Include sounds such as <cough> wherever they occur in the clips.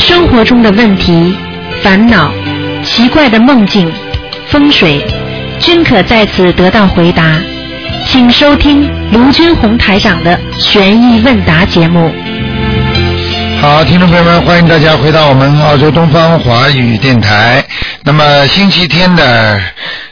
生活中的问题、烦恼、奇怪的梦境、风水，均可在此得到回答。请收听卢军红台长的《悬疑问答》节目。好，听众朋友们，欢迎大家回到我们澳洲东方华语电台。那么星期天的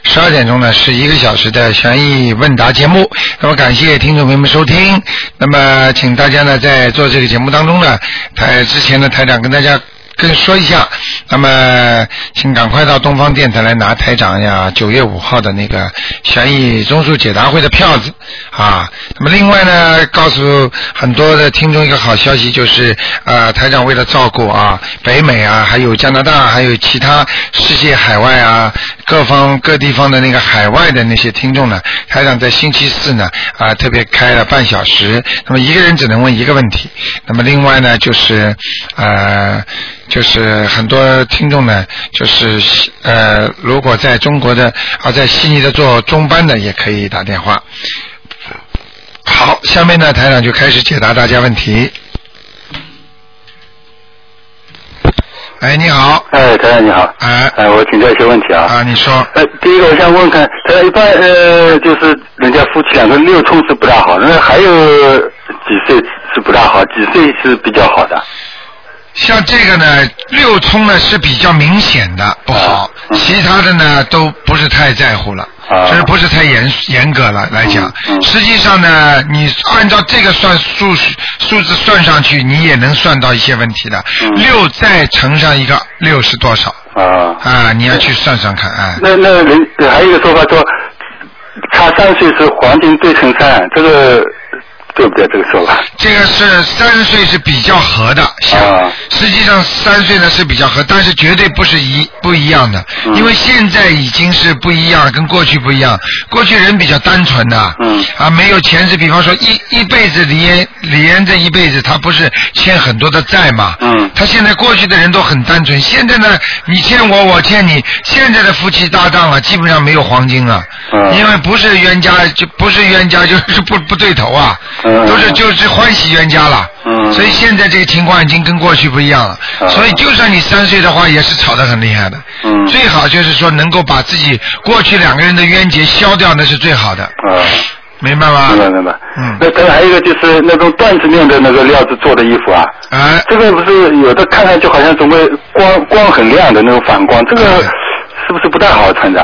十二点钟呢，是一个小时的悬疑问答节目。那么感谢听众朋友们收听。那么请大家呢，在做这个节目当中呢，台之前的台长跟大家。跟说一下，那么请赶快到东方电台来拿台长呀九月五号的那个悬疑综述解答会的票子啊。那么另外呢，告诉很多的听众一个好消息，就是呃，台长为了照顾啊北美啊，还有加拿大，还有其他世界海外啊各方各地方的那个海外的那些听众呢，台长在星期四呢啊特别开了半小时，那么一个人只能问一个问题。那么另外呢，就是呃。就是很多听众呢，就是呃，如果在中国的啊，在悉尼的做中班的也可以打电话。好，下面呢，台长就开始解答大家问题。哎，你好。哎，台长你好。哎。哎，我请教一些问题啊。啊，你说。呃，第一个我想问看，呃，一般呃，就是人家夫妻两个人六冲是不大好，那还有几岁是不大好，几岁是比较好的？像这个呢，六冲呢是比较明显的不好，其他的呢都不是太在乎了，就是不是太严严格了来讲。实际上呢，你按照这个算数数字算上去，你也能算到一些问题的。六再乘上一个六是多少？啊啊，你要去算算看啊。那那人还有一个说法说，差三岁是黄金对称三，这个对不对？这个说法？这个是三岁是比较合的，像、实际上三岁呢是比较合，但是绝对不是一不一样的，因为现在已经是不一样，跟过去不一样。过去人比较单纯的，嗯，啊，没有钱是，比方说一一辈子连连着一辈子，他不是欠很多的债嘛，嗯，他现在过去的人都很单纯，现在呢，你欠我，我欠你，现在的夫妻搭档啊，基本上没有黄金了，嗯因为不是冤家就不是冤家，就是不不对头啊，都是就是欢喜冤家了。所以现在这个情况已经跟过去不一样了。所以就算你三岁的话，也是吵得很厉害的。最好就是说能够把自己过去两个人的冤结消掉，那是最好的。啊，明白吗？明白明白。嗯。那当然还有一个就是那种缎子面的那个料子做的衣服啊。啊。这个不是有的看上去好像总会光光很亮的那种反光，这哎个是不是不太好穿着？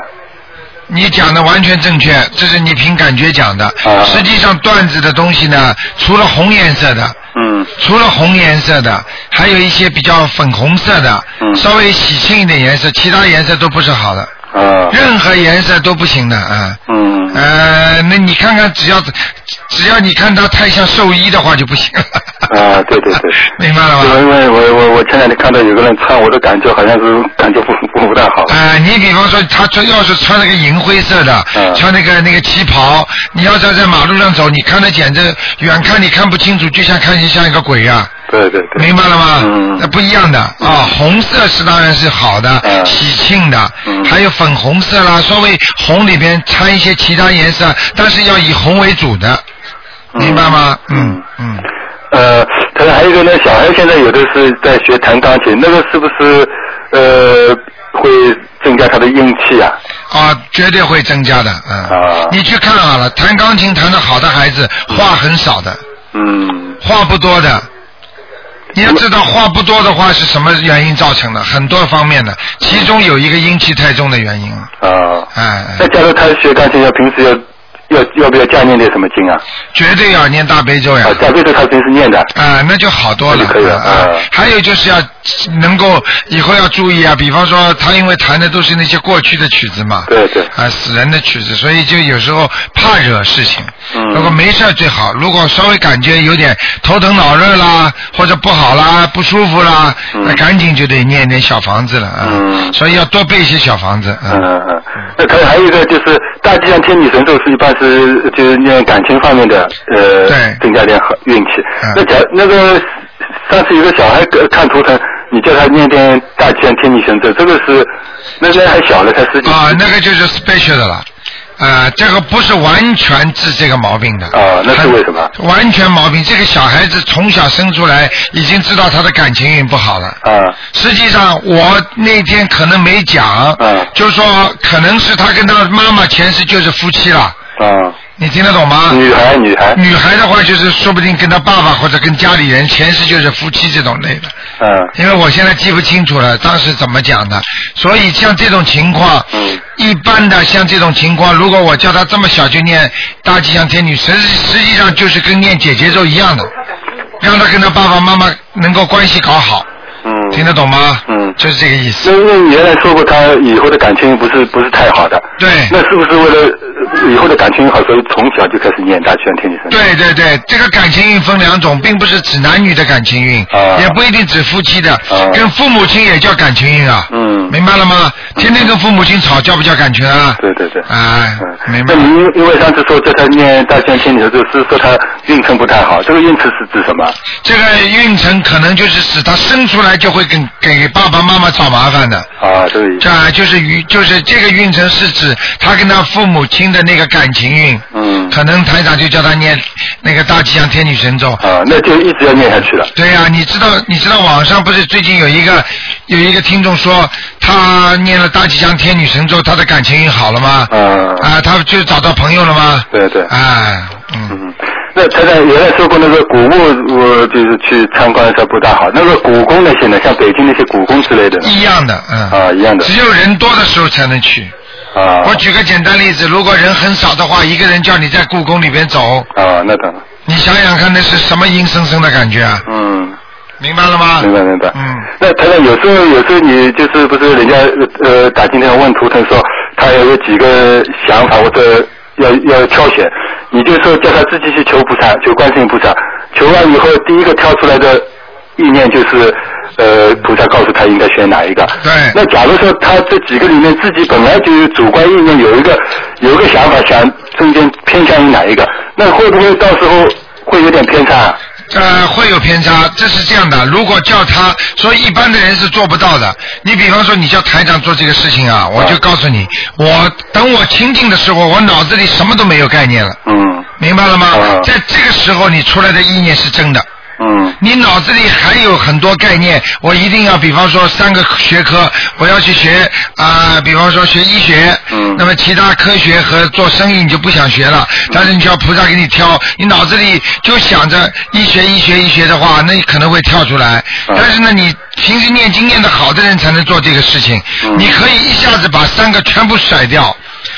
你讲的完全正确，这是你凭感觉讲的。啊实际上段子的东西呢，除了红颜色的，嗯，除了红颜色的，还有一些比较粉红色的，嗯，稍微喜庆一点颜色，其他颜色都不是好的。啊。任何颜色都不行的啊。嗯。呃，那你看看，只要只要你看它太像寿衣的话就不行了。啊，对对对。 <laughs> 明白了吗？因为我我我前两天看到有个人穿，我都感觉好像是感觉不不不太好。呃，你比方说，他穿要是穿那个银灰色的，穿那个那个旗袍，你要是在马路上走，你看他简直远看你看不清楚，就像看见像一个鬼呀、对对对。明白了吗？那不一样的啊、红色是当然是好的，喜庆的，还有粉红色啦，稍微红里边掺一些其他颜色，但是要以红为主的，明白吗？嗯嗯。呃，他还有一个呢，小孩现在有的是在学弹钢琴，那个是不是呃会增加他的运气啊？啊，绝对会增加的，嗯。你去看好了，弹钢琴弹得好的孩子，话很少的。嗯。话不多的。你要知道，话不多的话是什么原因造成的？很多方面的，其中有一个阴气太重的原因。啊。哎。那假如他学钢琴要平时要要要不要加念点什么经啊？绝对要念大悲咒呀。啊，加这个他平时念的。啊，那就好多了。那就可以了啊。还有就是要能够以后要注意啊，比方说他因为弹的都是那些过去的曲子嘛，对对。啊，死人的曲子，所以就有时候怕惹事情。嗯如果没事儿最好，如果稍微感觉有点头疼脑热啦，或者不好啦、不舒服啦，嗯那赶紧就得念点小房子了啊。所以要多备一些小房子啊。嗯嗯嗯。那他还有一个就是大吉祥天女神咒是一般是就是念感情方面的，呃，增加点好运气。嗯那假那个上次有个小孩呃看图腾，你叫他念点大吉祥天女神咒，这个是那那还小了才十几。啊，那个就是 special 的了。呃，这个不是完全治这个毛病的。啊，那是为什么？完全毛病，这个小孩子从小生出来已经知道他的感情运不好了。啊。实际上，我那天可能没讲，啊、就说可能是他跟他妈妈前世就是夫妻了。啊。你听得懂吗？女孩，女孩。女孩的话，就是说不定跟她爸爸或者跟家里人前世就是夫妻这种类的。嗯。因为我现在记不清楚了，当时怎么讲的，所以像这种情况，嗯，一般的像这种情况，如果我叫她这么小就念大吉祥天女，实实际上就是跟念姐姐咒一样的，让她跟她爸爸妈妈能够关系搞好，嗯。听得懂吗？嗯就是这个意思。那因为你原来说过，他以后的感情不是不是太好的。对那是不是为了呃以后的感情好，所以从小就开始念大吉祥天女神咒？对对对，这个感情运分两种，并不是指男女的感情运，嗯啊也不一定指夫妻的，啊跟父母亲也叫感情运啊。嗯明白了吗？天天跟父母亲吵，叫不叫感情啊？对对对。啊嗯，，明白那。您因为上次说叫他念大吉祥天女神咒，是说他运程不太好，这个运程是指什么？这个运程可能就是使他生出来就会给给爸爸妈妈找麻烦的。啊，这个意思这啊就是与就是这个运程是指他跟他父母亲的那个感情运，嗯可能台长就叫他念那个大吉祥天女神咒，啊，那就一直要念下去了。对呀、你知道你知道网上不是最近有一个有一个听众说他念了大吉祥天女神咒，他的感情运好了吗？嗯啊，他就找到朋友了吗？对对啊，嗯，嗯，那台长原来说过那个古墓，我就是去参观一下不大好。那个故宫那些呢，像北京那些故宫之类的呢一样的，嗯，啊，一样的只有人多的时候才能去。啊。我举个简单例子，如果人很少的话，一个人叫你在故宫里边走，啊，那当然，你想想看，那是什么阴森森的感觉啊？嗯，明白了吗？明白明白。嗯，那台长有时候有时候你就是不是人家呃打进来问图腾说他有几个想法或者要要挑选，你就说叫他自己去求菩萨，求观世音菩萨，求完以后第一个挑出来的意念就是呃菩萨告诉他应该选哪一个。对那假如说他这几个里面自己本来就是主观意念有一个有一个想法，想中间偏向于哪一个，那会不会到时候会有点偏差、啊？呃，会有偏差，这是这样的。如果叫他，所以一般的人是做不到的。你比方说，你叫台长做这个事情嗯啊，我就告诉你，我等我清静的时候，我脑子里什么都没有概念了，嗯明白了吗嗯？在这个时候，你出来的意念是真的。嗯。你脑子里还有很多概念，我一定要，比方说三个学科，我要去学啊、比方说学医学，嗯那么其他科学和做生意你就不想学了，但是你叫菩萨给你挑，你脑子里就想着医学医学医学的话，那你可能会跳出来，嗯但是呢，你平时念经念的好的人才能做这个事情，嗯你可以一下子把三个全部甩掉。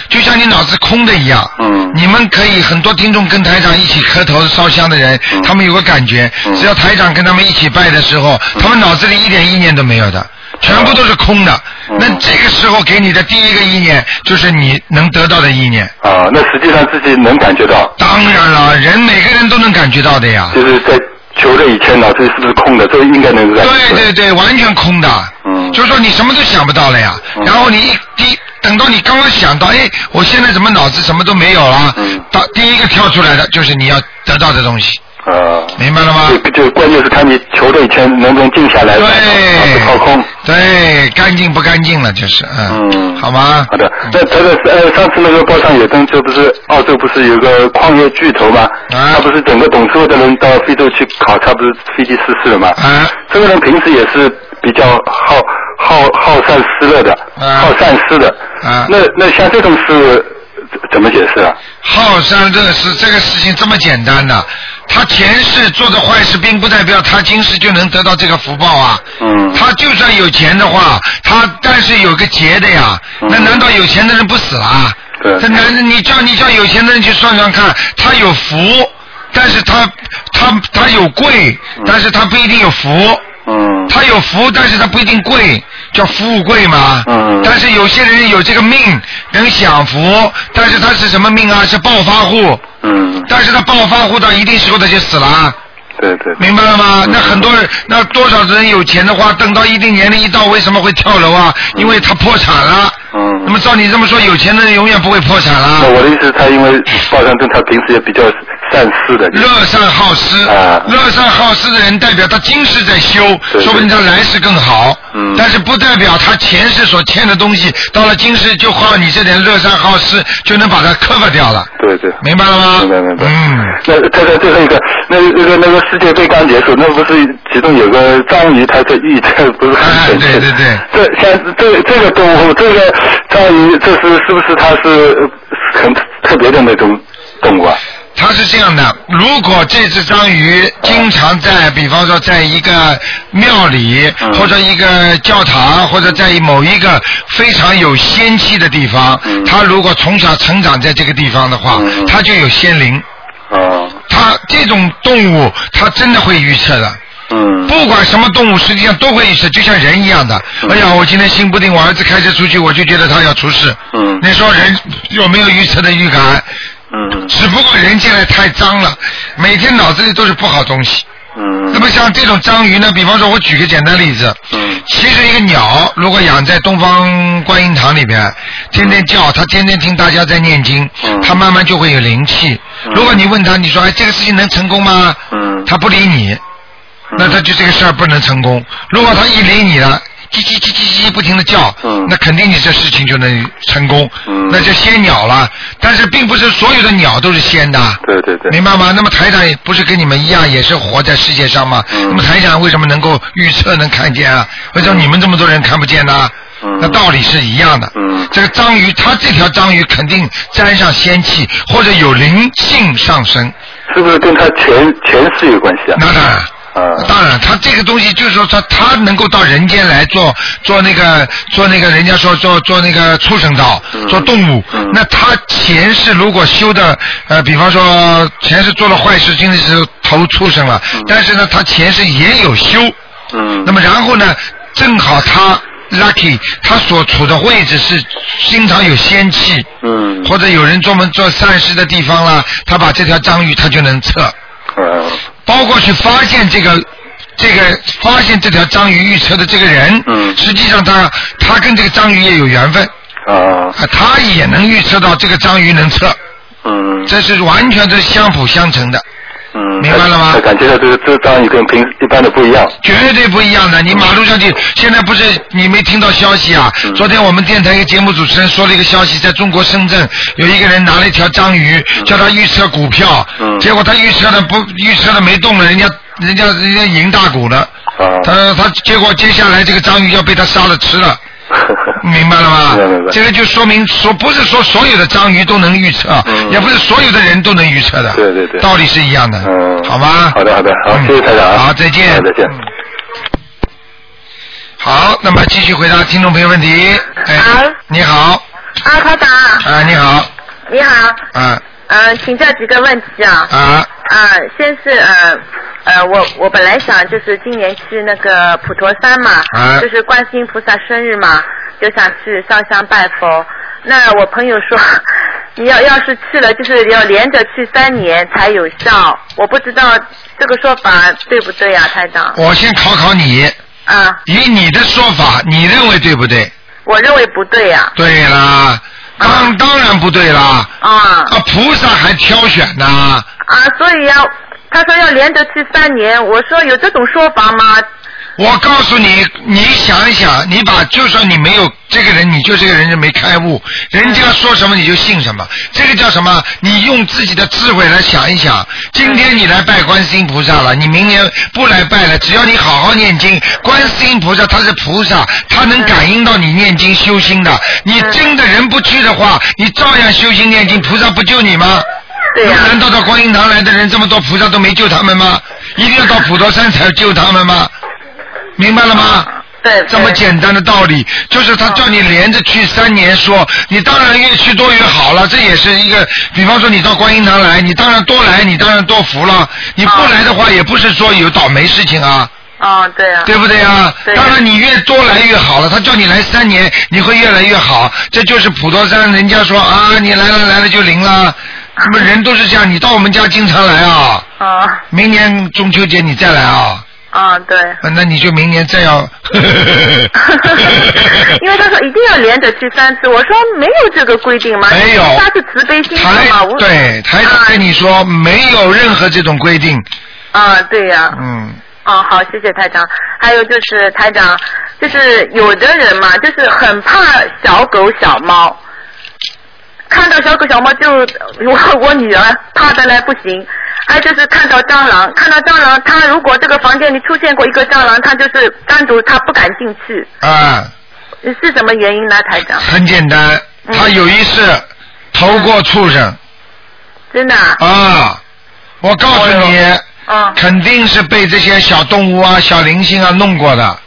就像你脑子空的一样，嗯你们可以很多听众跟台长一起磕头烧香的人，嗯他们有个感觉，嗯只要台长跟他们一起拜的时候，他们脑子里一点意念都没有的，全部都是空的。嗯那这个时候给你的第一个意念就是你能得到的意念。啊，那实际上自己能感觉到，当然了，人每个人都能感觉到的呀。就是在求的以前脑子是不是空的，这应该能感觉对对对，完全空的。嗯就是说你什么都想不到了呀。嗯然后你一第等到你刚刚想到，哎，我现在怎么脑子什么都没有了？嗯到第一个跳出来的就是你要得到的东西，啊，明白了吗？就就关键是看你求的以前能不能静下来，脑子对，掏空。对，干净不干净了，就是嗯，哎嗯好吗？好的，嗯那这个是呃，上次那个报上有登，这不是澳洲不是有个矿业巨头嘛？啊他不是整个董事会的人到非洲去考察，不是飞机失事了嘛？啊，这个人平时也是比较好好好善思乐的，啊好善思的。啊那那像这种事怎怎么解释啊？好善乐施这个事情这么简单的，他前世做的坏事，并不代表他今世就能得到这个福报啊。嗯他就算有钱的话，他但是有个劫的呀。嗯那难道有钱的人不死啊？对这难，你叫你叫有钱的人去算算看，他有福，但是他他他有贵，但是他不一定有福。嗯他有福，但是他不一定贵，叫富贵嘛。嗯但是有些人有这个命，能享福，但是他是什么命啊？是暴发户，嗯，但是他暴发户到一定时候他就死了，对对，明白了吗？嗯那很多人，那多少人有钱的话，等到一定年龄一到，为什么会跳楼啊？因为他破产了。嗯那么照你这么说，有钱的人永远不会破产那了。我的意思，他因为报上证，他平时也比较善事的。乐善好施，啊乐善好施的人代表他今世在修，对说不定他来世更好。嗯但是不代表他前世所欠的东西，到了今世就靠你这点乐善好施就能把它 cover 掉了，对对。明白了吗？明白明白嗯，那太太最后一个，那那个那个世界杯刚结束，那不是其中有个章鱼，它的翼，这不是哎，很准对确？对对。这像这这个动物，这个章鱼，这是是不是它是呃很特别的那种动物啊？它是这样的，如果这只章鱼经常在，比方说在一个庙里，嗯或者一个教堂，或者在某一个非常有仙气的地方，嗯它如果从小成长在这个地方的话，嗯它就有仙灵。哦，它这种动物，它真的会预测的。嗯，不管什么动物，实际上都会预测，就像人一样的。嗯哎呀，我今天心不定，我儿子开车出去，我就觉得他要出事。嗯你说人有没有预测的预感？嗯只不过人现在太脏了，每天脑子里都是不好东西。嗯那么像这种章鱼呢，比方说，我举个简单例子，嗯其实一个鸟如果养在东方观音堂里边，天天叫，它天天听大家在念经嗯，它慢慢就会有灵气。嗯如果你问他，你说哎，这个事情能成功吗？嗯，他不理你，那他就这个事儿不能成功。如果他一理你了，叽叽叽叽叽不停的叫嗯，那肯定你这事情就能成功嗯，那就仙鸟了。但是并不是所有的鸟都是仙的。对对对，明白吗？那么台长也不是跟你们一样，也是活在世界上吗？嗯那么台长为什么能够预测能看见啊？为什么你们这么多人看不见呢？嗯那道理是一样的。嗯这个章鱼，它这条章鱼肯定沾上仙气，或者有灵性上升。是不是跟它前前世有关系啊？那当然，啊，当然，它这个东西就是说它，它能够到人间来做做那个做那个，人家说做做那个畜生道嗯，做动物。嗯那它前世如果修的呃，比方说前世做了坏事，今世投畜生了，但是呢，它前世也有修。嗯，那么然后呢，正好它 lucky，它所处的位置是经常有仙气，嗯，或者有人专门做善事的地方啦，他把这条章鱼他就能测。嗯包括去发现这个这个发现这条章鱼预测的这个人，嗯实际上他他跟这个章鱼也有缘分，啊啊，他也能预测到这个章鱼能测，嗯。这是完全是相辅相成的，嗯，明白了吗他感觉到这个这章鱼跟平一般的不一样。绝对不一样的。你马路上去，现在不是你没听到消息啊？嗯昨天我们电台一个节目主持人说了一个消息，在中国深圳有一个人拿了一条章鱼，叫他预测股票，嗯结果他预测的不预测的没动了，人家人家人家赢大股了。啊，他他结果接下来这个章鱼要被他杀了吃 <laughs> 了，明白了吗明白明白？这个就说明说不是说所有的章鱼都能预测，嗯也不是所有的人都能预测的，对对对道理是一样的，嗯，好吗？好的，好的，好，嗯谢谢台长啊。好，再见，好再见。嗯好，那么继续回答听众朋友问题。哎好，你好，啊，台长，啊，你好，你好，啊嗯、请教几个问题啊。啊，啊，先是呃呃，我我本来想就是今年去那个普陀山嘛，啊就是观世音菩萨生日嘛，就想去烧香拜佛。那我朋友说， <laughs> 你要要是去了，就是要连着去三年才有效。我不知道这个说法对不对啊，台长？我先考考你，啊，以你的说法，你认为对不对？我认为不对啊呀、对啦，当当然不对啦。啊。啊，菩萨还挑选呢、啊，所以呀、他说要连着去三年，我说有这种说法吗？我 <laughs> 告诉你，你想一想，你把就算你没有这个人，你就这个人就没开悟，人家说什么你就信什么，这个叫什么？你用自己的智慧来想一想。今天你来拜观世音菩萨了，你明年不来拜了，只要你好好念经，观世音菩萨他是菩萨，他能感应到你念经修心的。你真的人不去的话，你照样修心念经，菩萨不救你吗？对呀、难道到观音堂来的人这么多，菩萨都没救他们吗？一定要到普陀山才救他们吗？明白了吗？对，哦这么简单的道理，就是他叫你连着去三年说，你当然越去多越好了，这也是一个，比方说你到观音堂来，你当然多来，你当然多福了，你不来的话，也不是说有倒霉事情啊，哦，对呀、对不对啊？对当然你越多来越好了，他叫你来三年，你会越来越好，这就是普陀山，人家说啊，你来了来了就灵了，那么人都是这样，你到我们家经常来啊，哦，明年中秋节你再来啊，啊，对。啊那你就明年再要， <laughs> 因为他说一定要连着去三次，我说没有这个规定嘛，没有他是慈悲心的嘛，台无对台长跟你说没有任何这种规定，啊，对呀、嗯，哦，好，谢谢台长。还有就是台长，就是有的人嘛，就是很怕小狗小猫，看到小狗小猫就 <laughs> 我我女儿怕的来不行。还有就是看到蟑螂，看到蟑螂，她如果这个房间里出现过一个蟑螂，她就是单独她不敢进去，啊，是什么原因呢，台长？很简单，他有一次投过畜生真的啊？啊，我告诉你，嗯肯定是被这些小动物啊、小灵性啊弄过的。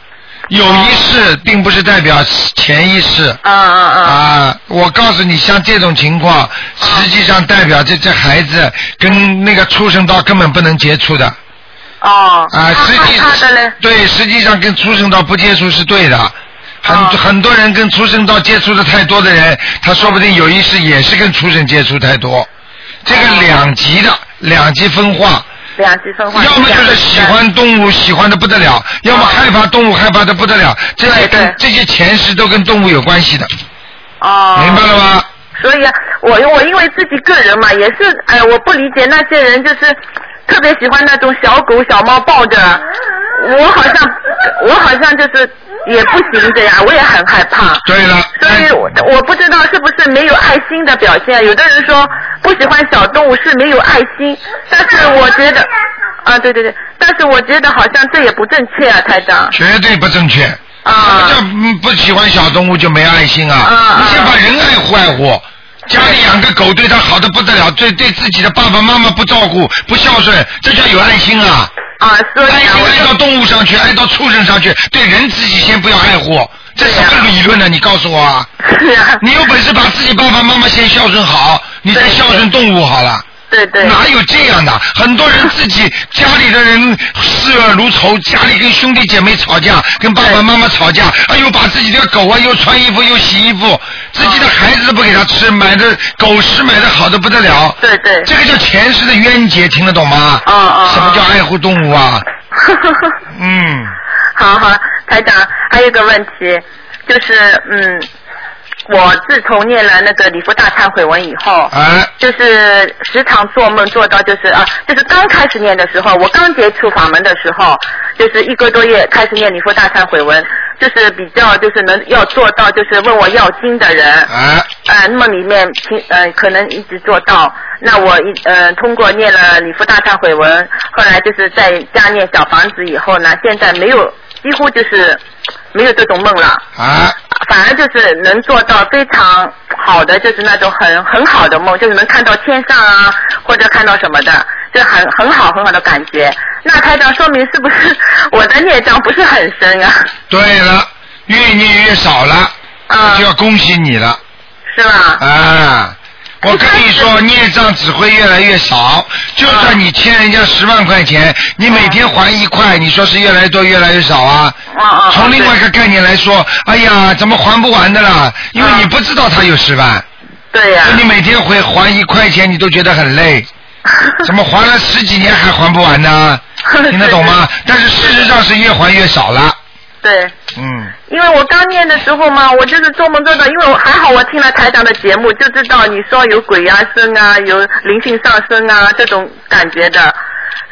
有一世并不是代表前一世啊啊啊！啊！我告诉你，像这种情况，实际上代表这这孩子跟那个畜生道根本不能接触的。哦，啊，实际怕怕的嘞，对，实际上跟畜生道不接触是对的。很、哦很多人跟畜生道接触的太多的人，他说不定有一世也是跟畜生接触太多。这个两极的，两极分化，两极分化。要么就是喜欢动物喜欢的不得了，要么害怕动物害怕的不得了，这些跟这些前世都跟动物有关系的，哦，明白了吗？所以啊，我我因为自己个人嘛，也是哎，我不理解那些人就是特别喜欢那种小狗小猫抱着，我好像我好像就是也不行这样，我也很害怕。对了，所以我我不知道是不是没有爱心的表现。有的人说不喜欢小动物是没有爱心，但是我觉得啊，对对对，但是我觉得好像这也不正确啊，台长。绝对不正确。啊，这嗯不喜欢小动物就没爱心啊！啊你先把人爱护爱护，家里养个狗对他好的不得了，对对自己的爸爸妈妈不照顾、不孝顺，这叫有爱心啊！啊，所以 <laughs> 爱心爱到动物上去，爱到畜生上去，对人自己先不要爱护，这什么理论呢、你告诉我啊！你有本事把自己爸爸妈妈先孝顺好，你再孝顺动物好了。对对。哪有这样的？很多人自己家里的人视而如仇，家里跟兄弟姐妹吵架，跟爸爸妈妈吵架，哎呦，把自己的狗啊，又穿衣服又洗衣服，自己的孩子都不给他吃，买的狗食买的好的不得了。对对。这个叫前世的冤结，听得懂吗？啊啊什么叫爱护动物啊？嗯。好好，台长，还有一个问题，就是嗯，我自从念了那个礼佛大忏悔文以后，哎就是时常做梦做到就是啊，就是刚开始念的时候，我刚接触法门的时候，就是一个多月开始念礼佛大忏悔文，就是比较就是能要做到就是问我要经的人，哎呃，梦里面听呃可能一直做到，那我一呃通过念了礼佛大忏悔文，后来就是在家念小房子以后呢，现在没有几乎就是没有这种梦了，啊反而就是能做到非常好的，就是那种很很好的梦，就是能看到天上啊，或者看到什么的，就很很好很好的感觉。那台长说明是不是 <laughs> 我的孽障不是很深啊？ <laughs> 对了，越念越少了，啊我就要恭喜你了。是吧？啊，我跟你说，孽障只会越来越少。就算你欠人家十万块钱，你每天还一块，你说是越来越多，越来越少啊？从另外一个概念来说，哎呀，怎么还不完的啦？因为你不知道他有十万。对呀、你每天会还一块钱，你都觉得很 <laughs> 累。怎么还了十几年还还不完呢？听得懂 <laughs> 吗？但是事实上是越还越少了。对。嗯，因为我刚念的时候嘛，我就是做梦做到，因为我还好我听了台长的节目，就知道你说有鬼压身啊，有灵性上升啊这种感觉的，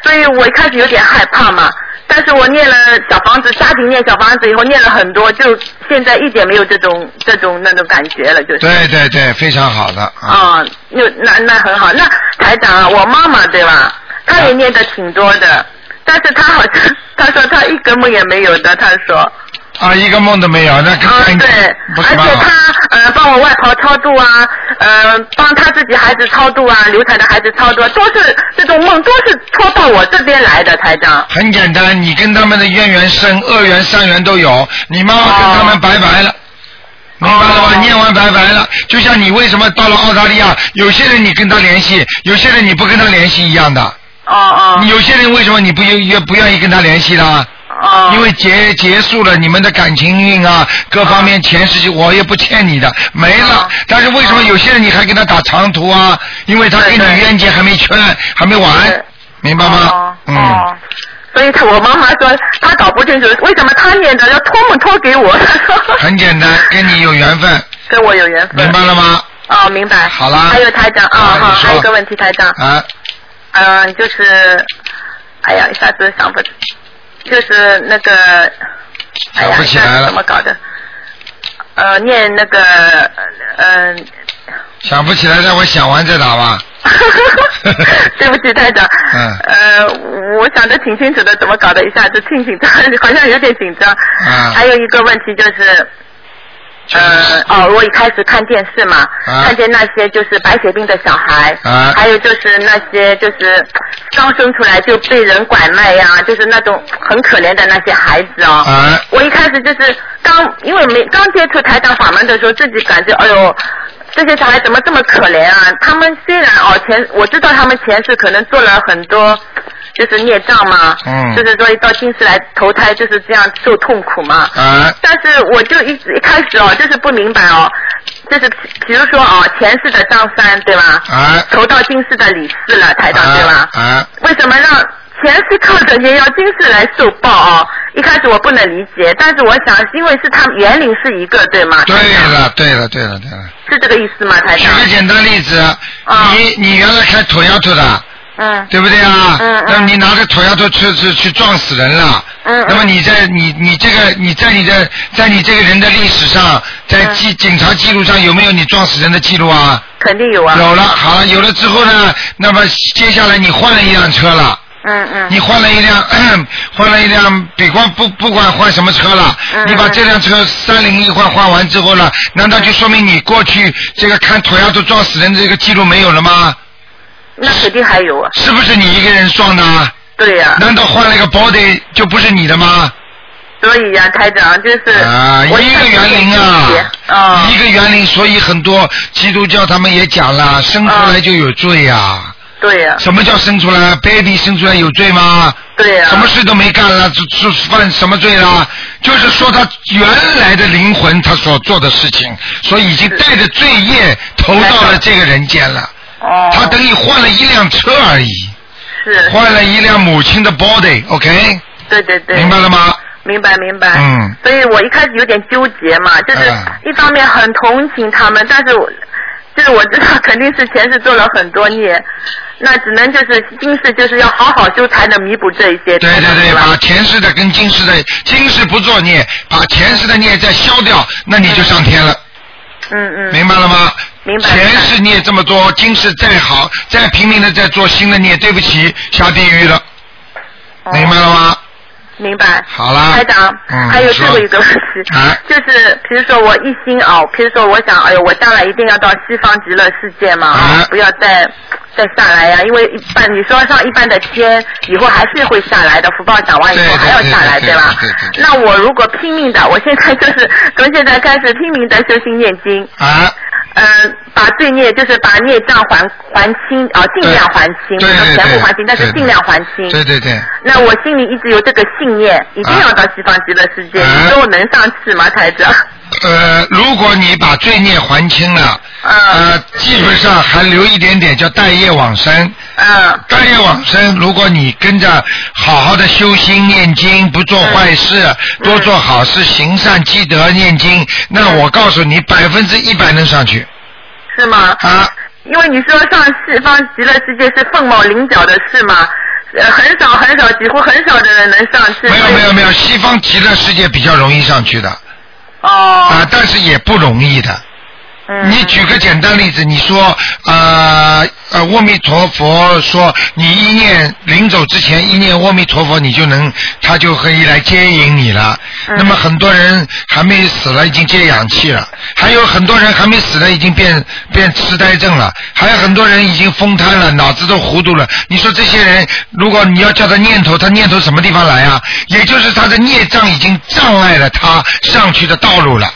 所以我一开始有点害怕嘛。但是我念了小房子，家庭念小房子以后念了很多，就现在一点没有这种这种那种感觉了，就是。对对对，非常好的啊。啊，那那那很好。那台长啊，我妈妈对吧？她也念的挺多的，但是她好像 <laughs> 她说她一个梦也没有的，她说。啊，一个梦都没有，那跟啊，对，不而是且蛮好。他呃帮我外婆超度啊，呃帮他自己孩子超度啊，流产的孩子超度啊，都是这种梦都是戳到我这边来的，台长。很简单，你跟他们的渊源深，恶缘、善缘都有，你妈妈跟他们拜拜哦了。明白了吗？念完拜拜了，就像你为什么到了澳大利亚，有些人你跟他联系，有些人你不跟他联系一样的。哦哦。有些人为什么你不愿愿不愿意跟他联系啦？哦。因为结结束了你们的感情运啊，各方哦面前世就我也不欠你的，没了。但是为哦什么有些人你还跟他打长途啊？因为他跟你冤结还没圈，还没完，明白吗？嗯。哦，所以他我妈妈说她搞不清楚为什么她念的要托梦托给我， <laughs> 她说很简单，跟你有缘分，跟我有缘分。明白了吗？哦，明白。好啦还有台长啊，啊好，你说还有一个问题，台长，啊，嗯，就是，哎呀，一下子想不，就是那个，想哎呀，不一起下来子了怎么搞的？呃，念那个，嗯、想不起来，待会想完再打吧。对不起，台长，嗯呃，我想的挺清楚的，怎么搞的？一下子挺紧张， <laughs> 好像有点紧张。啊还有一个问题就是，呃，哦，我一开始看电视嘛，啊看见那些就是白血病的小孩，啊还有就是那些就是刚生出来就被人拐卖呀、就是那种很可怜的那些孩子哦。啊我一开始就是刚，因为没刚接触台长法门的时候，自己感觉哎呦，这些小孩怎么这么可怜啊？他们虽然哦前我知道他们前世可能做了很多就是孽障嘛，嗯就是说一到今世来投胎就是这样受痛苦嘛，啊但是我就一直一开始哦，就是不明白哦，就是比比如说哦前世的张三对吧？ <laughs> 啊投到今世的李四了，台长对吧？啊啊！为什么让前世靠着也要今世来受报啊、一开始我不能理解，但是我想，因为是他们园林是一个，对吗？对了，对了，对了，对了。是这个意思吗，台举长？个简单例子，啊你你原来开土丫头的，嗯对不对啊？嗯嗯那么你拿着土丫头去去去撞死人了。嗯嗯那么你在你你这个你在你的在你这个人的历史上，在嗯记警察记录上有没有你撞死人的记录啊？肯定有啊。有了，好了，有了之后呢，那么接下来你换了一辆车了。嗯嗯你换了一辆， <clears throat> 换了一辆，比光不不管换什么车了，嗯你把这辆车三零一换换完之后了，难道就说明你过去这个看土丫头撞死人的这个记录没有了吗？那肯定还有啊。是不是你一个人撞的啊？对呀、难道换了一个 body 就不是你的吗？所以呀、台长就是啊，嗯我一个开园始林理解啊，啊，一个园林，所以很多基督教他们也讲了，生出来就有罪啊呀、对呀、什么叫生出来？baby 生出来有罪吗？对呀、什么事都没干了，这这犯什么罪啦？就是说他原来的灵魂他所做的事情，所以已经带着罪业投到了这个人间了。哦，他等于换了一辆车而已，是，换了一辆母亲的 body，OK，、对对对，明白了吗？明白明白。嗯。所以我一开始有点纠结嘛，就是嗯一方面很同情他们，但是我就是我知道肯定是前世做了很多孽，那只能就是今世就是要好好修才能弥补这一对些。对对，是吧把前世的跟今世的，今世不作孽，把前世的孽再消掉，那你就上天了，嗯嗯。明白了吗？明白前世孽这么多，今世再好，再拼命的再做新的孽，对不起，下地狱了，哦明白了吗？明白。好啦台长，嗯还有说最后一个问题，啊就是比如说我一心哦，比如说我想，哎呦，我将来一定要到西方极乐世界嘛，哦啊不要再再下来呀、因为一般你说上一般的天，以后还是会下来的，福报讲完以对后对哎还要下来，对对吧对对？对那我如果拼命的，我现在就是 <laughs> 从现在开始拼命的修心念经，啊，嗯，把罪孽就是把孽障还还清啊、尽量还清，不对能对全部对，还清，但是对尽量还清。对对对，那我心里一直有这个信念，一定要到西方极乐世界。啊你说我能上去吗，台长？呃，如果你把罪孽还清了，嗯呃，基本上还留一点点叫待业往生。嗯待业往生，如果你跟着好好的修心念经，不做坏事，嗯多做好事，行善积德念经，嗯那我告诉你，百分之一百能上去是吗？啊！因为你说上西方极乐世界是凤毛麟角的事嘛，呃，很少很少，几乎很少的人能上去。没有所以没有没有，西方极乐世界比较容易上去的哦，啊，但是也不容易的。嗯，你举个简单例子，你说，呃呃，阿弥陀佛说，你一念临走之前一念阿弥陀佛，你就能，他就可以来接引你了。嗯那么很多人还没死了，已经接氧气了；还有很多人还没死呢，已经变变痴呆症了；还有很多人已经疯瘫了，脑子都糊涂了。你说这些人，如果你要叫他念头，他念头什么地方来啊？也就是他的孽障已经障碍了他上去的道路了。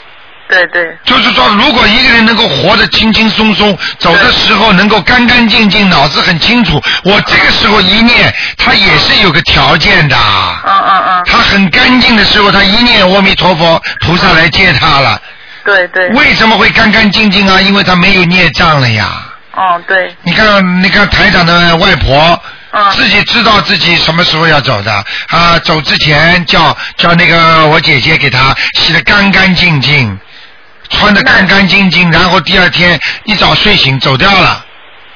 对对，就是说，如果一个人能够活得轻轻松松，走的时候能够干干净净，脑子很清楚，我这个时候一念，他也是有个条件的。嗯嗯嗯，他很干净的时候，他一念阿弥陀佛，菩萨来接他了。对对，为什么会干干净净啊？因为他没有孽障了呀。哦，对，嗯你看，你看台长的外婆，自己知道自己什么时候要走的啊，走之前叫叫那个我姐姐给她洗的干干净净，穿的干干净净，然后第二天一早睡醒走掉了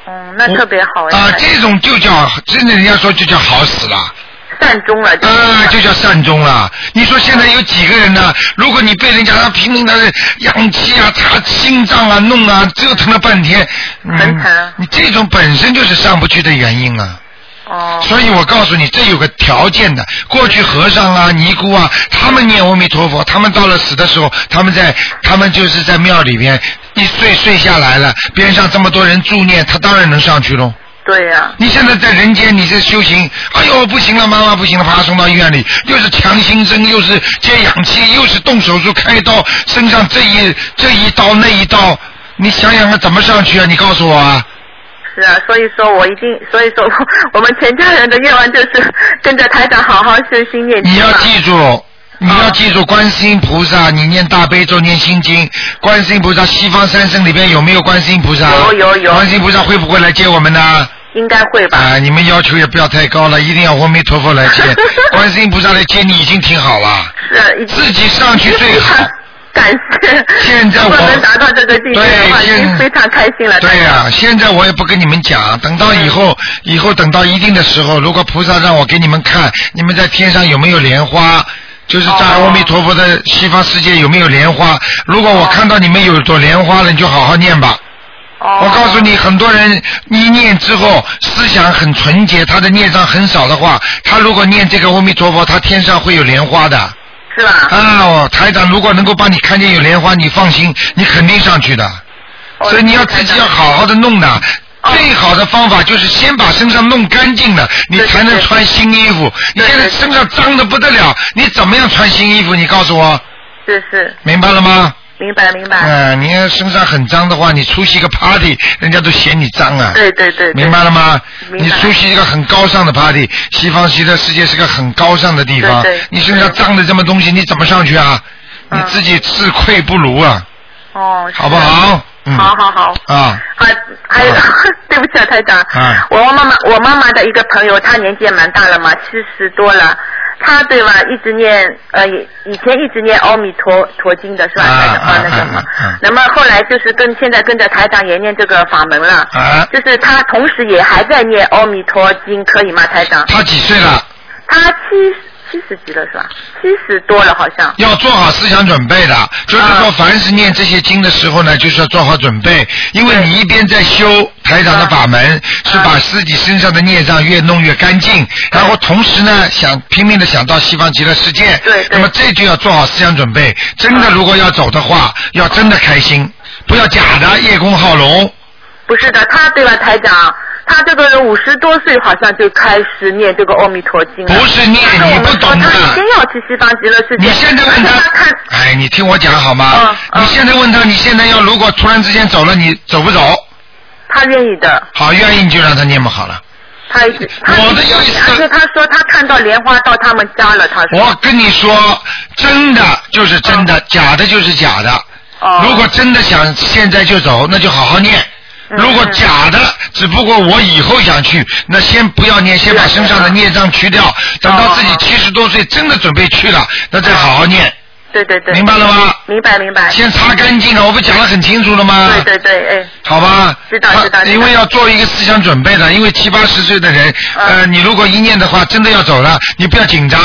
嗯，那特别好哎啊，这种就叫真的人家说就叫好死了。善终了。啊，就叫善终了。你说现在有几个人呢？如果你被人家他拼命的氧气啊、查心脏啊、弄啊，折腾了半天，嗯、你这种本身就是上不去的原因啊。哦。所以我告诉你，这有个条件的。过去和尚啊、尼姑啊，他们念阿弥陀佛，他们到了死的时候，他们在，他们就是在庙里边一睡睡下来了，边上这么多人助念，他当然能上去喽。对呀、你现在在人间，你在修行，哎呦不行了，妈妈不行了，把她送到医院里，又是强心针，又是接氧气，又是动手术开刀，身上这一这一刀那一刀，你想想看怎么上去啊？你告诉我啊！是啊，所以说我一定，所以说我我们全家人的愿望就是跟着台长好好修心念经啊你要嘛记住，你要记住，观世音菩萨，你念大悲咒，念心经，观世音菩萨，西方三圣里边有没有观世音菩萨？有有有观世音菩萨会不会来接我们呢？应该会吧？啊、你们要求也不要太高了，一定要阿弥陀佛来 <laughs> 接，观世音菩萨来接你已经挺好了。是自己上去最好。 <laughs> 感谢。现在如我果能达到这个境界的话，已经非常开心了。嗯对呀、现在我也不跟你们讲，等到以后，以后等到一定的时候，如果菩萨让我给你们看，你们在天上有没有莲花？就是在哦阿弥陀佛的西方世界有没有莲花？如果我看到你们有朵莲花了，你就好好念吧。哦我告诉你，很多人一念之后思想很纯洁，他的孽障很少的话，他如果念这个阿弥陀佛，他天上会有莲花的。是吧？啊，我台长如果能够帮你看见有莲花，你放心，你肯定上去的。哦所以你要自己要好好的弄的。最好的方法就是先把身上弄干净了，你才能穿新衣服。你现在身上脏的不得了，你怎么样穿新衣服？你告诉我，是是，明白了吗？明白明白。嗯，你要身上很脏的话，你出席一个 party，人家都嫌你脏啊。对对对对明白了吗？明白你出席一个很高尚的 party，西方西的世界是个很高尚的地方，对对你身上脏的这么东西，你怎么上去啊？你自己自愧不如啊，哦，是好不好？嗯，好好好，啊啊，还有， <laughs> 对不起啊，台长，啊，我妈妈，我妈妈的一个朋友，她年纪也蛮大了嘛，七十多了，她对吧，一直念，呃，以以前一直念《阿弥陀陀经》的是吧？台长啊，那个嘛。那么后来就是跟现在跟着台长也念这个法门了，啊就是她同时也还在念《阿弥陀经》，可以吗，台长？他几岁了？她七七十几了是吧？七十多了好像。要做好思想准备的，就是说，凡是念这些经的时候呢，就是要做好准备，因为你一边在修台长的法门，是把自己身上的孽障越弄越干净，然后同时呢，想拼命的想到西方极乐世界，那么这就要做好思想准备。真的，如果要走的话，要真的开心，不要假的叶公好龙。不是的，他对吧，台长？他这个人五十多岁，好像就开始念这个《阿弥陀经》了。不是念，你不啊懂他已经要去西方极乐世界。你现在问他看，哎，你听我讲好吗？你现在问他，你现在要如果突然之间走了，你走不走？他愿意的，好，愿意你就让他念不好了。他一直他我的意思，而且他说他看到莲花到他们家了，他说。我跟你说，真的就是真的，假的就是假的。如果真的想现在就走，那就好好念。如果假的，只不过我以后想去，那先不要念，先把身上的孽障去掉。等到自己七十多岁真的准备去了，那再好好念。对对对。明白了吗？明白明白。先擦干净了，我不讲得很清楚了吗？对对对，哎。好吧，知道知道他知道嗯因为要做一个思想准备的，因为七八十岁的人，呃，你如果一念的话，真的要走了，你不要紧张，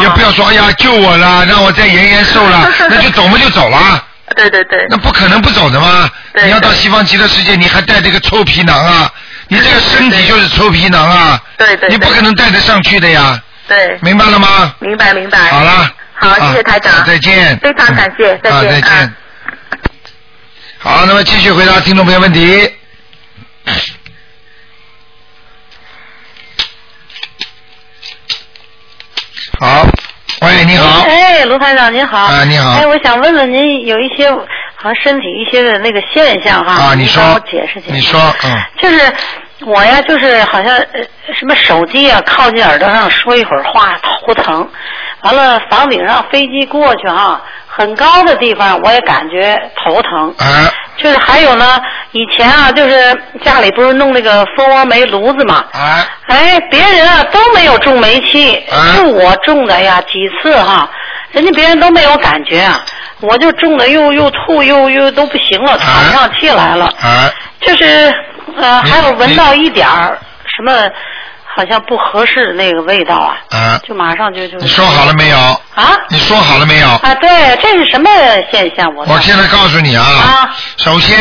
也不要说哎呀救我啦，让我再延延寿 <laughs> 啦，那就走嘛就走了，对对对。那不可能不走的嘛。你要到西方极乐世界，你还带这个臭皮囊啊，你这个身体就是臭皮囊啊，对对。你不可能带得上去的呀。对。明白了吗？明白明白。好了。好，谢谢台长啊。再见非常感 <laughs> 谢，再啊，见。再见。好，那么继续回答听众朋友问题。好，喂，你好，哎，卢台长您好。啊你好哎，我想问问您有一些好像身体一些的那个现象哈。啊你说帮我解释解释。你说，嗯，就是我呀，就是好像呃什么手机啊，靠近耳朵上说一会儿话，头疼。完了，房顶上飞机过去哈、很高的地方，我也感觉头疼。啊，就是还有呢，以前啊，就是家里不是弄那个蜂窝煤炉子嘛，啊，哎，别人啊都没有种煤气，啊是我种的呀，几次哈，人家别人都没有感觉啊，我就种的又又吐又又都不行了，喘不上气来了，啊，就是呃，你还有闻你到一点儿什么好像不合适那个味道啊，啊，就马上就就你说好了没有？啊你说好了没有？啊，对，这是什么现象？我我现在告诉你啊啊，首先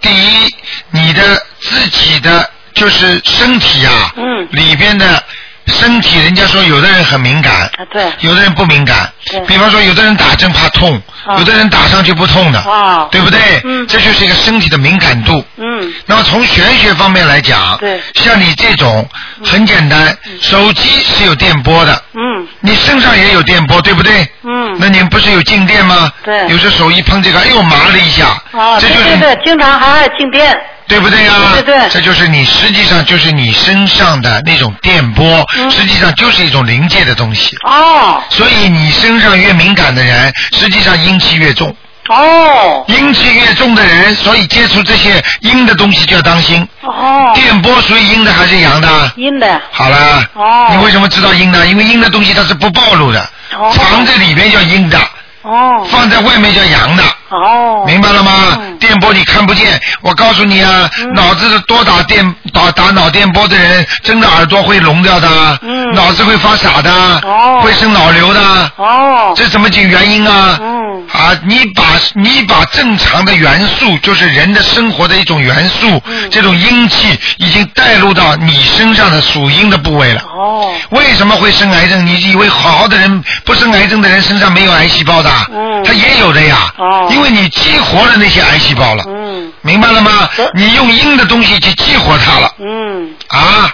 第一，你的自己的就是身体啊，嗯里边的身体，人家说有的人很敏感，啊对有的人不敏感对，比方说有的人打针怕痛，啊有的人打上去不痛的，啊，对不对？嗯这就是一个身体的敏感度。嗯那么从玄学方面来讲，对像你这种很简单，手机是有电波的，嗯你身上也有电波，对不对？嗯那您不是有静电吗？对有时手一碰这个，哎呦麻了一下，啊，这对就是对对，经常还爱静电。对不对呀、对对对这就是你实际上就是你身上的那种电波，嗯实际上就是一种临界的东西。哦所以你身上越敏感的人，实际上阴气越重，哦阴气越重的人，所以接触这些阴的东西就要当心。哦，电波属于阴的还是阳的？阴的好了，哦你为什么知道阴呢？因为阴的东西它是不暴露的，哦藏在里面叫阴的，哦放在外面叫阳的，哦，明白了吗？嗯电波你看不见，我告诉你啊，嗯脑子的多打电打打脑电波的人，真的耳朵会聋掉的，嗯脑子会发傻的，哦会生脑瘤的，哦这怎么解原因啊？嗯啊，你把你把正常的元素，就是人的生活的一种元素，嗯这种阴气已经带入到你身上的属阴的部位了。哦为什么会生癌症？你以为好好的人不生癌症的人身上没有癌细胞的？嗯他也有的呀。哦因为你激活了那些癌细胞了，嗯明白了吗是？你用阴的东西去激活它了嗯，啊！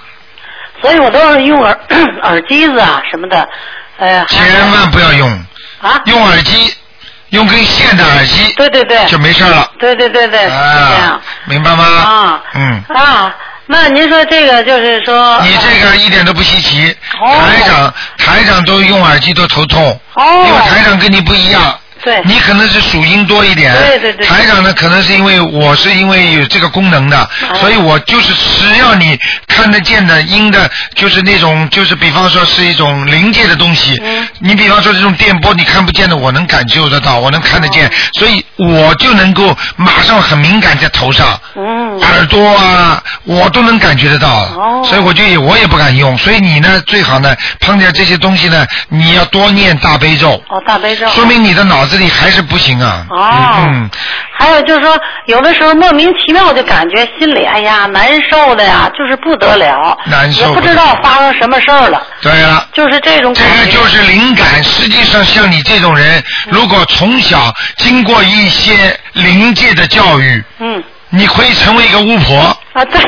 所以我都是用耳 <clears throat> 耳机子啊什么的，呃，还千万不要用，啊，用耳机，用根线的耳机对对对，就没事了。对对对对，是这啊样，明白吗？啊嗯。啊。那您说这个就是说，你这个一点都不稀奇，哦台长台长都用耳机都头痛，因为台哦，长跟你不一样，对，你可能是属阴多一点，对对对台长呢可能是因为我是因为有这个功能的，哦所以我就是只要你看得见的阴的，就是那种就是比方说是一种临界的东西，嗯你比方说这种电波你看不见的，我能感受得到，我能看得见，哦所以我就能够马上很敏感在头上，嗯，耳朵啊，我都能感觉得到，哦所以我就也我也不敢用。所以你呢，最好呢，碰见这些东西呢，你要多念大悲咒，哦，大悲咒，说明你的脑子里还是不行啊。哦嗯，还有就是说，有的时候莫名其妙就感觉心里哎呀难受的呀，就是不得了，难受也不知道发生什么事儿了，嗯对了。就是这种这感个觉。嗯就是灵感，实际上像你这种人，如果从小经过一些灵界的教育，嗯你可以成为一个巫婆啊， <laughs> 对，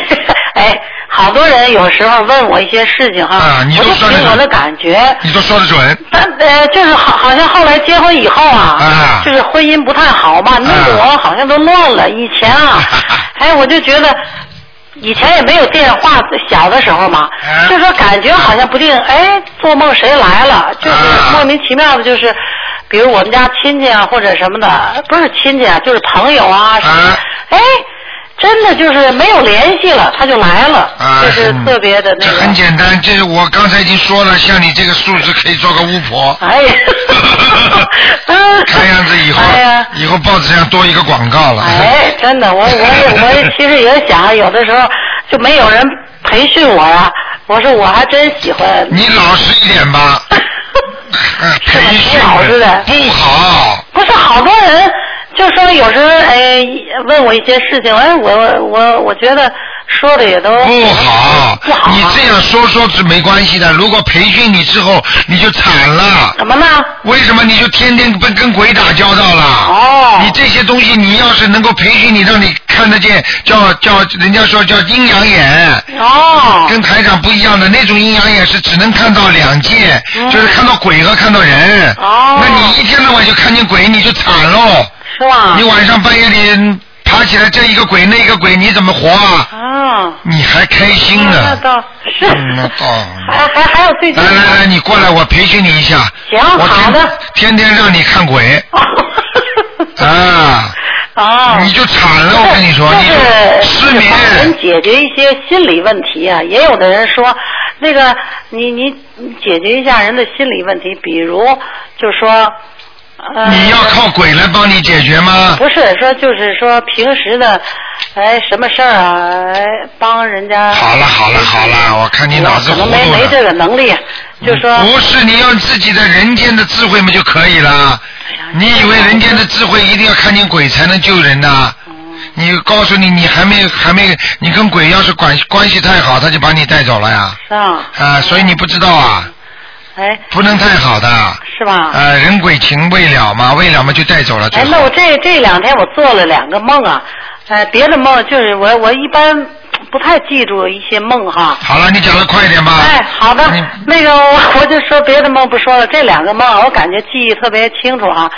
哎，好多人有时候问我一些事情哈，啊你都我就算得凭我准的感觉。你都说得准。但呃，就是好，好像后来结婚以后啊，啊就是婚姻不太好嘛，弄得我好像都乱了。以前 <laughs> 啊，哎，我就觉得以前也没有电话，小的时候嘛，啊就说感觉好像不定，哎，做梦谁来了，就是啊莫名其妙的，就是比如我们家亲戚啊或者什么的，不是亲戚啊，就是朋友啊什么的啊，哎。真的就是没有联系了，他就来了，啊，就是嗯特别的那这个。很简单，这是我刚才已经说了，像你这个素质可以做个巫婆。，哎呀看样子以后、哎呀，以后报纸上多一个广告了。哎， <laughs> 真的，我我也我也其实也想，有的时候就没有人培训我呀、我说我还真喜欢，你老实一点 <laughs> 吧，嗯是培训老实的不好。不是好多人就说有时候哎问我一些事情，哎我我我觉得说的也都不好不，好啊你这样说说是没关系的。如果培训你之后，你就惨了。怎么呢？为什么你就天天跟跟鬼打交道了？哦你这些东西，你要是能够培训你，让你看得见，叫叫人家说叫阴阳眼，哦，跟台长不一样的那种阴阳眼是只能看到两界，嗯就是看到鬼和看到人。哦那你一天到晚就看见鬼，你就惨喽！是吧你？晚上半夜里爬起来，这一个鬼那一个鬼，你怎么活啊？啊，嗯。你还开心呢？啊那倒是。嗯那倒。还还还有最近。来来来，你过来，我培训你一下。行，我好天的。天天让你看 <laughs> 鬼。啊。哦。你就惨了，我跟你说，就你是就失眠。帮人解决一些心理问题啊，也有的人说，那个你你你解决一下人的心理问题，比如就说，呃，你要靠鬼啊来帮你解决吗？不是说就是说平时的，哎，什么事儿啊，哎，帮人家。好了好了好了，我看你脑子可糊能涂没没了。嗯这个能力，就说不是，你用自己的人间的智慧嘛就可以了。哎你以为人间的智慧一定要看见鬼才能救人呐、嗯你告诉你，你还没还没，你跟鬼要是关关系太好，他就把你带走了呀。是啊，啊，所以你不知道啊，哎，不能太好的。是吧？呃，人鬼情未了嘛，未了嘛就带走了，最哎，后那我这这两天我做了两个梦啊，呃，别的梦就是我我一般不太记住一些梦哈。好了，你讲的快一点吧。哎，好的，那个我我就说别的梦不说了，这两个梦啊我感觉记忆特别清楚哈，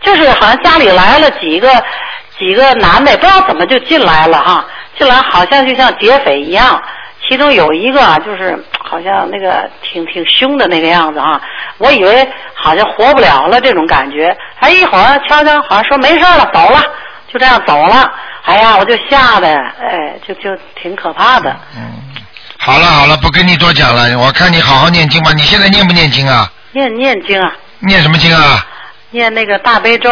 就是好像家里来了几个几个男的，也不知道怎么就进来了哈，进来好像就像劫匪一样。其中有一个啊，就是好像那个挺挺凶的那个样子啊，我以为好像活不了了这种感觉，哎，一会儿悄悄好像说没事了，走了，就这样走了，哎呀，我就吓得，哎，就就挺可怕的。好了好了，不跟你多讲了。我看你好好念经吧。你现在念不念经啊？念念经啊，念什么经啊？念那个大悲咒。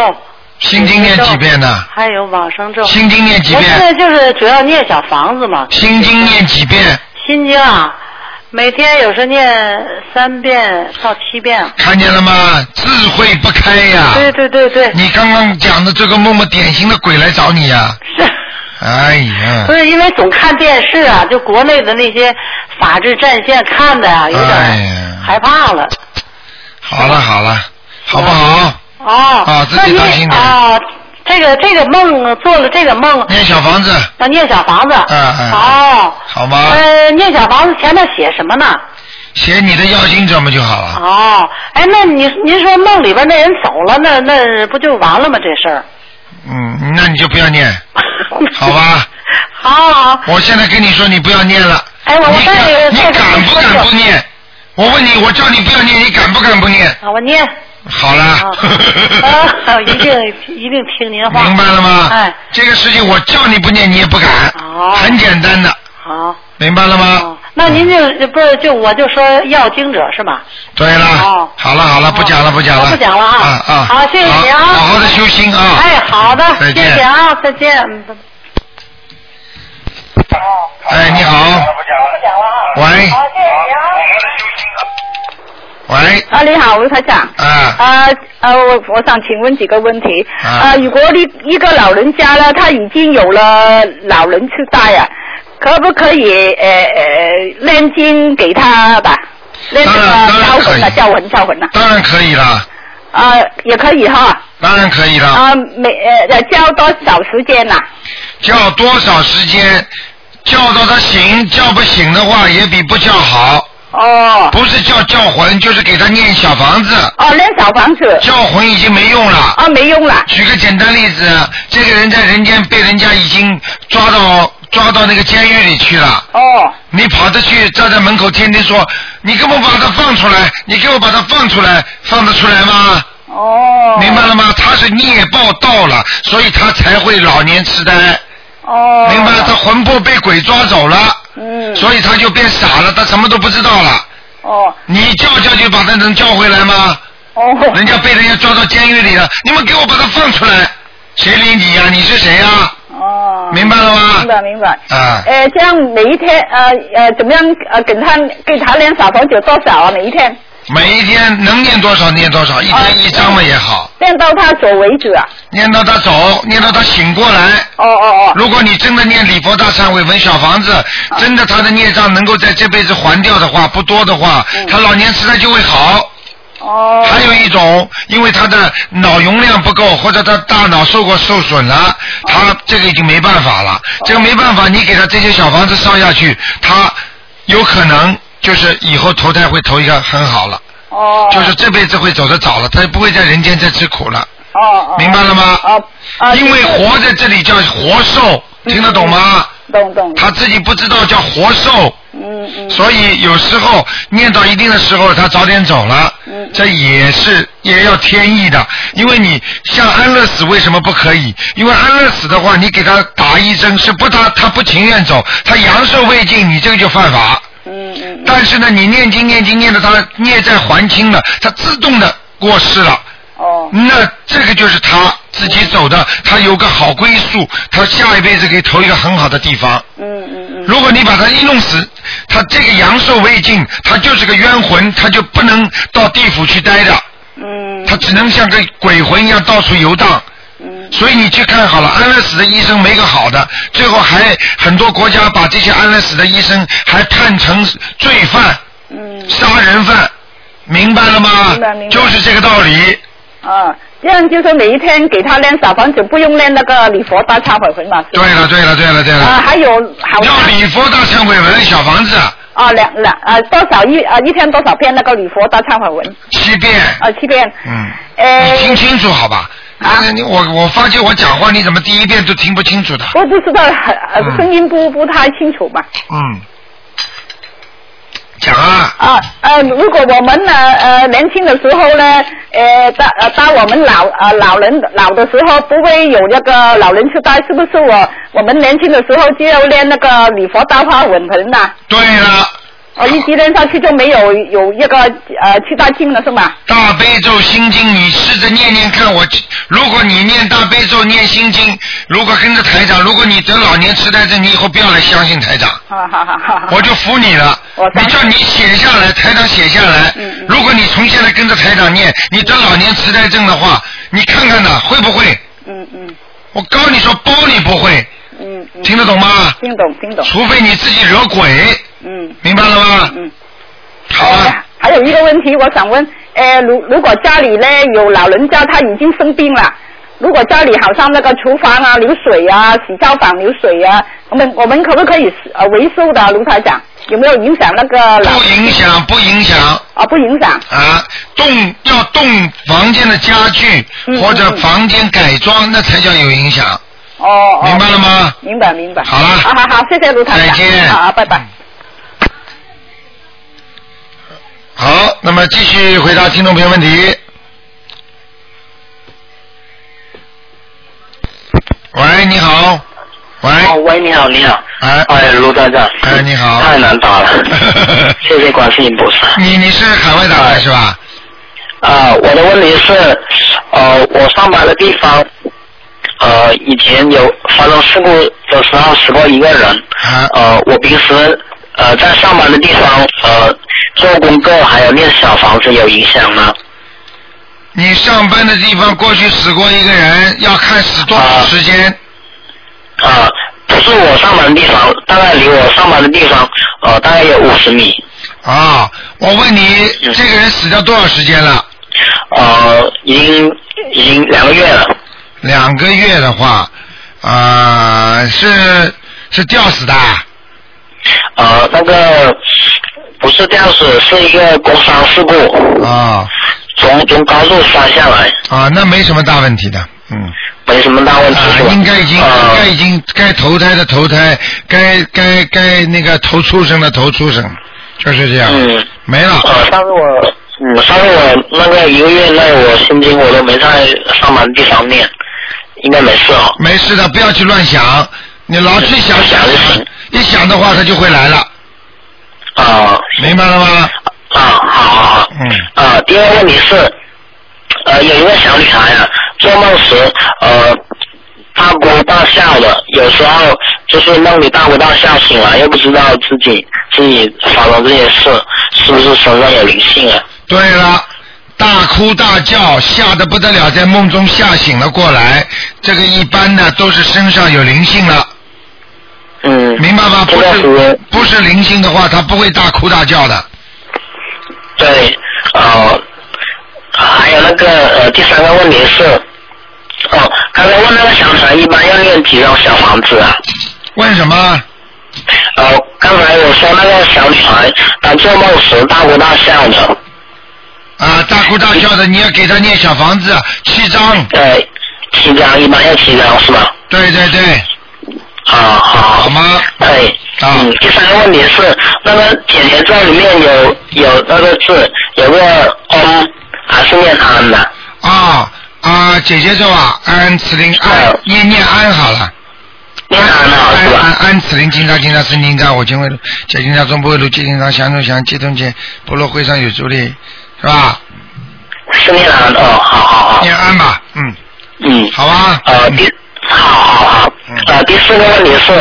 心经念几遍呢？还有往生咒。心经念几遍我现在就是主要念小房子嘛。心经念几遍？心经啊，每天有时念三遍到七遍。看见了吗？智慧不开呀、对对对对。你刚刚讲的这个梦梦，典型的鬼来找你呀、是。哎呀不。是因为总看电视啊，就国内的那些法制战线看的啊，有哎点呀，害怕了。好了好了，好不好？哦，啊自那己你当心点啊、这个这个梦做了这个梦，念小房子。啊，念小房子。嗯嗯哦。好吗？呃，念小房子前面写什么呢？写你的要经者嘛就好了。哦，哎，那你您说梦里边那人走了，那那不就完了吗？这事儿。嗯，那你就不要 <laughs> 念，好吧？好好。我现在跟你说，你不要念了。哎，我我你再敢你再跟敢不说敢说不念？我问你，我叫你不要念，你敢不敢不念？啊，我念。好了， <laughs> 啊，一定一定听您话。明白了吗？哎，这个事情我叫你不念，你也不敢，哦很简单的，好，哦明白了吗？那您就嗯不是就我就说要经者是吧？对了，哦好了好了，不讲了不讲了，不讲了啊啊啊，好谢谢您啊好好的修心啊。哎，好的，再谢见谢啊，再见。嗯拜拜哎，你好，喂喂，啊，你好，吴台长。啊啊呃，我我想请问几个问题。啊如果你一个老人家呢，他已经有了老人痴呆啊，可不可以呃呃念经给他吧？念这个招魂啊，招魂，招魂啊。当然可以了，啊、也可以哈。当然可以了。啊、每呃教多少时间啊呐、叫多少时间，叫到他醒，叫不醒的话也比不叫好。哦。不是叫叫魂，就是给他念小房子。哦，念小房子。叫魂已经没用了。啊，没用了。举个简单例子，这个人在人间被人家已经抓到抓到那个监狱里去了。哦。你跑着去站在门口，天天说：“你给我把他放出来！你给我把他放出来！放得出来吗？”哦。明白了吗？他是孽报到了，所以他才会老年痴呆。哦。明白了，他魂魄被鬼抓走了。嗯。所以他就变傻了，他什么都不知道了。哦。你叫叫就把他能叫回来吗？哦。人家被人家抓到监狱里了，你们给我把他放出来！谁理你呀、你是谁呀、哦。明白了吗明白明白。啊？呃，这样每一天呃呃怎么样呃给他给他练小房子多少啊？每一天每一天能念多少念多少，一啊天一张嘛也好，练到他走为止啊？念到他走，念到他醒过来。哦哦啊如果你真的念礼佛大忏悔文小房子，真的他的孽障能够在这辈子还掉的话，不多的话，嗯他老年痴呆就会好。哦。还有一种，因为他的脑容量不够，或者他大脑受过受损了，他这个已经没办法了。这个没办法，你给他这些小房子烧下去，他有可能就是以后投胎会投一个很好了。哦。就是这辈子会走得早了，他不会在人间再吃苦了。哦哦哦。明白了吗？哦哦。因为活在这里叫活受，听得懂吗？嗯懂懂。他自己不知道叫活受。嗯嗯。所以有时候念到一定的时候，他早点走了，嗯这也是也要天意的。因为你像安乐死为什么不可以？因为安乐死的话，你给他打一针是不他他不情愿走，他阳寿未尽，你这个就犯法。嗯但是呢，你念经念经念到他孽债还清了，他自动的过世了。哦。那这个就是他自己走的，他有个好归宿，他下一辈子可以投一个很好的地方。嗯嗯嗯。如果你把他一弄死，他这个阳寿未尽，他就是个冤魂，他就不能到地府去待着。嗯。他只能像个鬼魂一样到处游荡。所以你去看好了，安乐死的医生没个好的，最后还很多国家把这些安乐死的医生还判成罪犯，杀人犯，明白了吗？嗯明白明白就是这个道理。啊，这样就说每一天给他练小房子，不用练那个礼佛大忏悔文嘛。是吧对了对了对了对了。啊，还有好要礼佛大忏悔文小房子啊，两两啊，多少一啊一天多少遍那个礼佛大忏悔文？七遍，啊，七遍。嗯，呃你，听清楚好吧？啊，你我我发觉我讲话你怎么第一遍都听不清楚的？我不知道，呃嗯声音不不太清楚嘛。嗯，讲啊，啊呃，如果我们呢呃年轻的时候呢，呃当呃当我们老呃老人老的时候，不会有那个老人痴呆，是不是我我们年轻的时候就要练那个礼佛大花稳盆呐、对了，哦，一直练下去就没有有一个呃去大经了是吗？大悲咒心经，你试着念念看。我如果你念大悲咒念心经，如果跟着台长，如果你得老年痴呆症，你以后不要来相信台 <laughs> 长。好好好好。我就服你了我，你叫你写下来，台长写下来。嗯如果你从现在跟着台长念，你得老年痴呆症的话，你看看呐，会不会？嗯嗯我告诉你说，包你不会，嗯嗯。听得懂吗？听懂听懂。除非你自己惹鬼，嗯。明白了吗？嗯。好了，还有一个问题，我想问，呃，如如果家里呢有老人家他已经生病了，如果家里好像那个厨房啊流水啊、洗澡房流水啊，我们我们可不可以呃维修的？卢台长有没有影响那个老不影响，不影响。啊？不影响。啊，动要动房间的家具、嗯或者房间改装，那才叫有影响。哦哦。明白了吗？明白明白。好了好好好，谢谢卢台长。再见好好，拜拜。好，那么继续回答听众朋友问题。喂，你好，喂，哦，喂，你好，你好，哎哎，卢站长，哎，你好，太难打 <laughs> 了，谢谢观世音菩萨。你你是海外打来是吧？啊、我的问题是，呃，我上班的地方，呃，以前有发生事故的时候死过一个人，啊，呃，我平时呃在上班的地方，呃，做功课还有念小房子有影响吗？你上班的地方过去死过一个人，要看死多少时间。啊、不是我上班的地方，大概离我上班的地方，呃，大概有五十米，嗯啊，我问你，这个人死掉多少时间了？呃，已经已经两个月了。两个月的话，啊、是是吊死的啊，呃，那个不是吊死，是一个工伤事故，啊从从高速摔下来，啊，那没什么大问题的，嗯。没什么大问题啊是，吧？应该已经应该呃已经该投胎的投胎，该该该那个投畜生的投畜生，就是这样，嗯，啊没了。呃，上次我，嗯，上次我那个一个月内，我心经我都没在上班地方念，应该没事哦。没事的，不要去乱想，你老去想想啊不嗯想就行，一想的话他就会来了，啊、明白了吗？啊，好好好。嗯，呃，第二个问题是，呃，有一个小女孩啊，做梦时呃大哭大笑的，有时候就是梦里大哭大笑，醒来又不知道自己自己发生这些事，是不是身上有灵性啊？对了。大哭大叫，吓得不得了，在梦中吓醒了过来。这个一般的都是身上有灵性了，嗯，明白吗？这不段时是间不是灵性的话，他不会大哭大叫的。对，呃，还有那个呃第三个问题是，哦，刚才问那个小女孩一般要念几张小房子啊？问什么？呃，刚才我说那个小女孩，她做梦时大哭大笑的。啊，大哭大叫的，你要给他念小房子七张。对，哎七张，一般要七张是吧？对对对。啊，好。好吗？啊对。嗯，第三个问题是，那个姐姐这里面有有那个字，有个安，还是念安的？啊啊，姐姐咒啊，安慈灵安，念念安好了。念安啊好安安安慈灵金沙金沙生金沙，我经会解金沙中不会路解金沙降中降解中解不落会上有助力，是吧？是念安哦，好好好。念安吧，嗯嗯，好吧。呃，第好好好，呃，第四个问题是，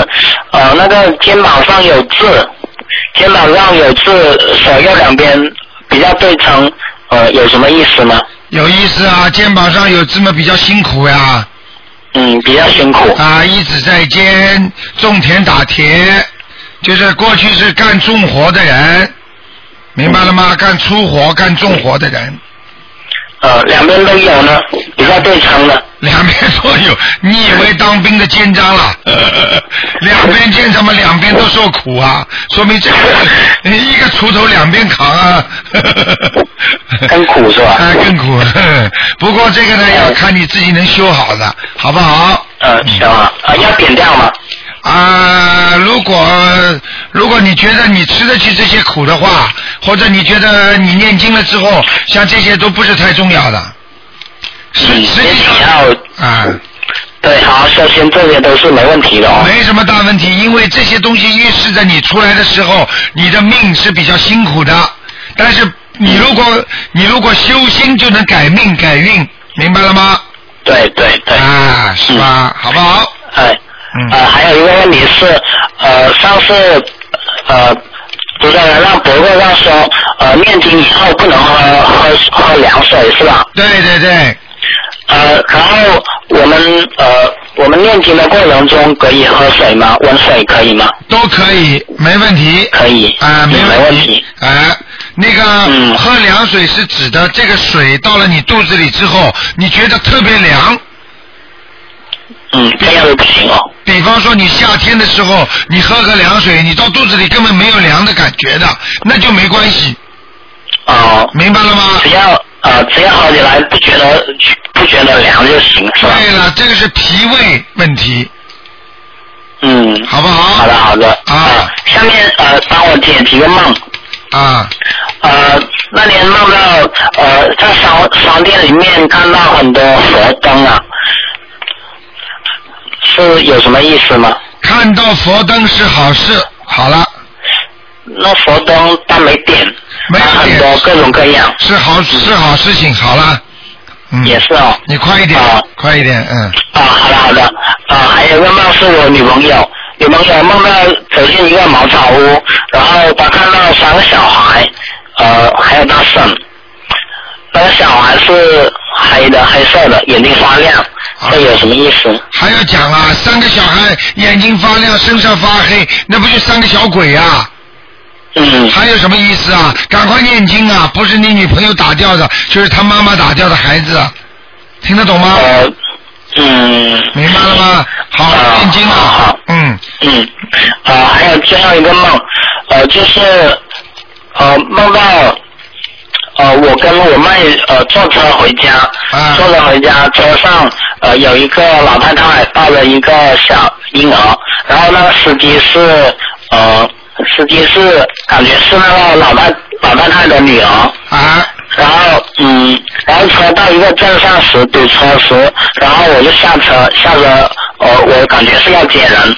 呃，那个肩膀上有痣，肩膀上有痣，左右两边比较对称，呃，有什么意思呢？有意思啊，肩膀上有这么比较辛苦呀、嗯，比较辛苦。啊，一直在兼种田打铁，就是过去是干重活的人，明白了吗？干粗活、干重活的人，呃，两边都有呢，比较对称的。两边都有。你以为当兵的肩章 <laughs> 了？两边肩什么？两边都受苦啊，说明这个一个锄头两边扛啊。更苦是吧？ <laughs> 啊，更苦。不过这个呢，要看你自己能修好的，好不好？嗯呃，行啊，啊，要点掉吗？啊，如果如果你觉得你吃得起这些苦的话，或者你觉得你念经了之后，像这些都不是太重要的。实实际上啊，对，好，首先这些都是没问题的哦。没什么大问题，因为这些东西预示着你出来的时候，你的命是比较辛苦的。但是你如果你如果修心，就能改命改运，明白了吗？对对对。啊，是吧？好不好？哎，呃，还有一个问题是，呃，上次呃，主持人让伯伯让说，呃，念经以后不能喝喝喝凉水是吧？对对对。呃，然后我们呃，我们念经的过程中可以喝水吗？温水可以吗？都可以，没问题。可以。啊，没没问问嗯题。啊，那个喝凉水是指的这个水到了你肚子里之后，你觉得特别凉。嗯，这样不行哦。比方说你夏天的时候，你喝个凉水，你到肚子里根本没有凉的感觉的，那就没关系。哦，明白了吗？只要呃，只要喝起来不觉得不觉得凉就行是吧？对了，这个是脾胃问题。嗯，好不好？好的，好的。啊，下面呃，帮我解几个梦。哎啊。呃，那年梦到呃，在商商店里面看到很多佛灯啊，是有什么意思吗？看到佛灯是好事。好了，那佛灯它没点，没有很多各种各样，嗯是好是好事情。好了，嗯，也是哦。你快一点，快一点，嗯。啊，好的好的，啊，还有个梦是我女朋友，女朋友梦到走进一个茅草屋，然后她看到三个小孩，呃，还有她婶，那个小孩是黑的黑色的，眼睛发亮，这有什么意思？还要讲啊，三个小孩眼睛发亮，身上发黑，那不就三个小鬼啊？嗯。还有什么意思啊？赶快念经啊！不是你女朋友打掉的，就是她妈妈打掉的孩子，啊听得懂吗？呃嗯。明白了吗？好，念经啊！嗯嗯，啊、还有最后一个梦，呃，就是呃梦到呃我跟我妹呃坐车回家，坐车回家，车上呃有一个老太太抱着一个小婴儿，然后那个司机是呃司机是感觉是那个老太老太太的女儿。啊。然后，嗯，然后车到一个镇上时堵车时，然后我就下车，下车，呃，我感觉是要接人，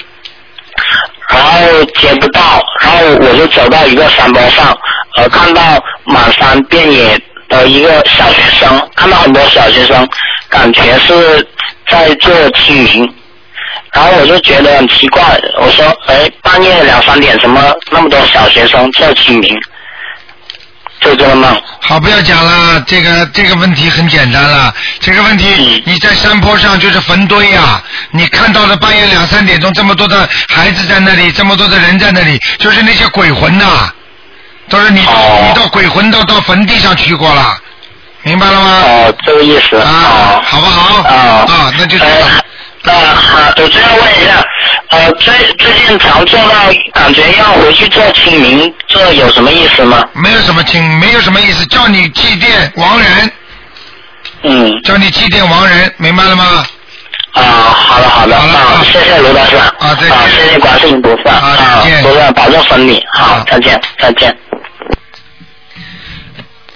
然后接不到，然后我就走到一个山坡上，呃，看到满山遍野的一个小学生，看到很多小学生，感觉是在做欺凌，然后我就觉得很奇怪，我说，哎，半夜两三点，怎么那么多小学生做欺凌？就这个梦。好，不要讲了，这个这个问题很简单了。这个问嗯题你在山坡上就是坟堆呀、你看到了半夜两三点钟这么多的孩子在那里，这么多的人在那里，就是那些鬼魂呐、都是你、哦你到鬼魂都到坟地上去过了，明白了吗？哦，这个意思。啊哎啊，好不好？啊，那就这样。那好，我最后问一下，呃，最最近常做到感觉要回去做清明，这有什么意思吗？没有什么经，没有什么意思，叫你祭奠亡人，嗯，叫你祭奠亡人，明白了吗？啊，好了好了，啊，谢谢卢大师，啊，对，啊，谢谢观世音菩萨，啊，菩萨保佑分你，啊好，再见，再见。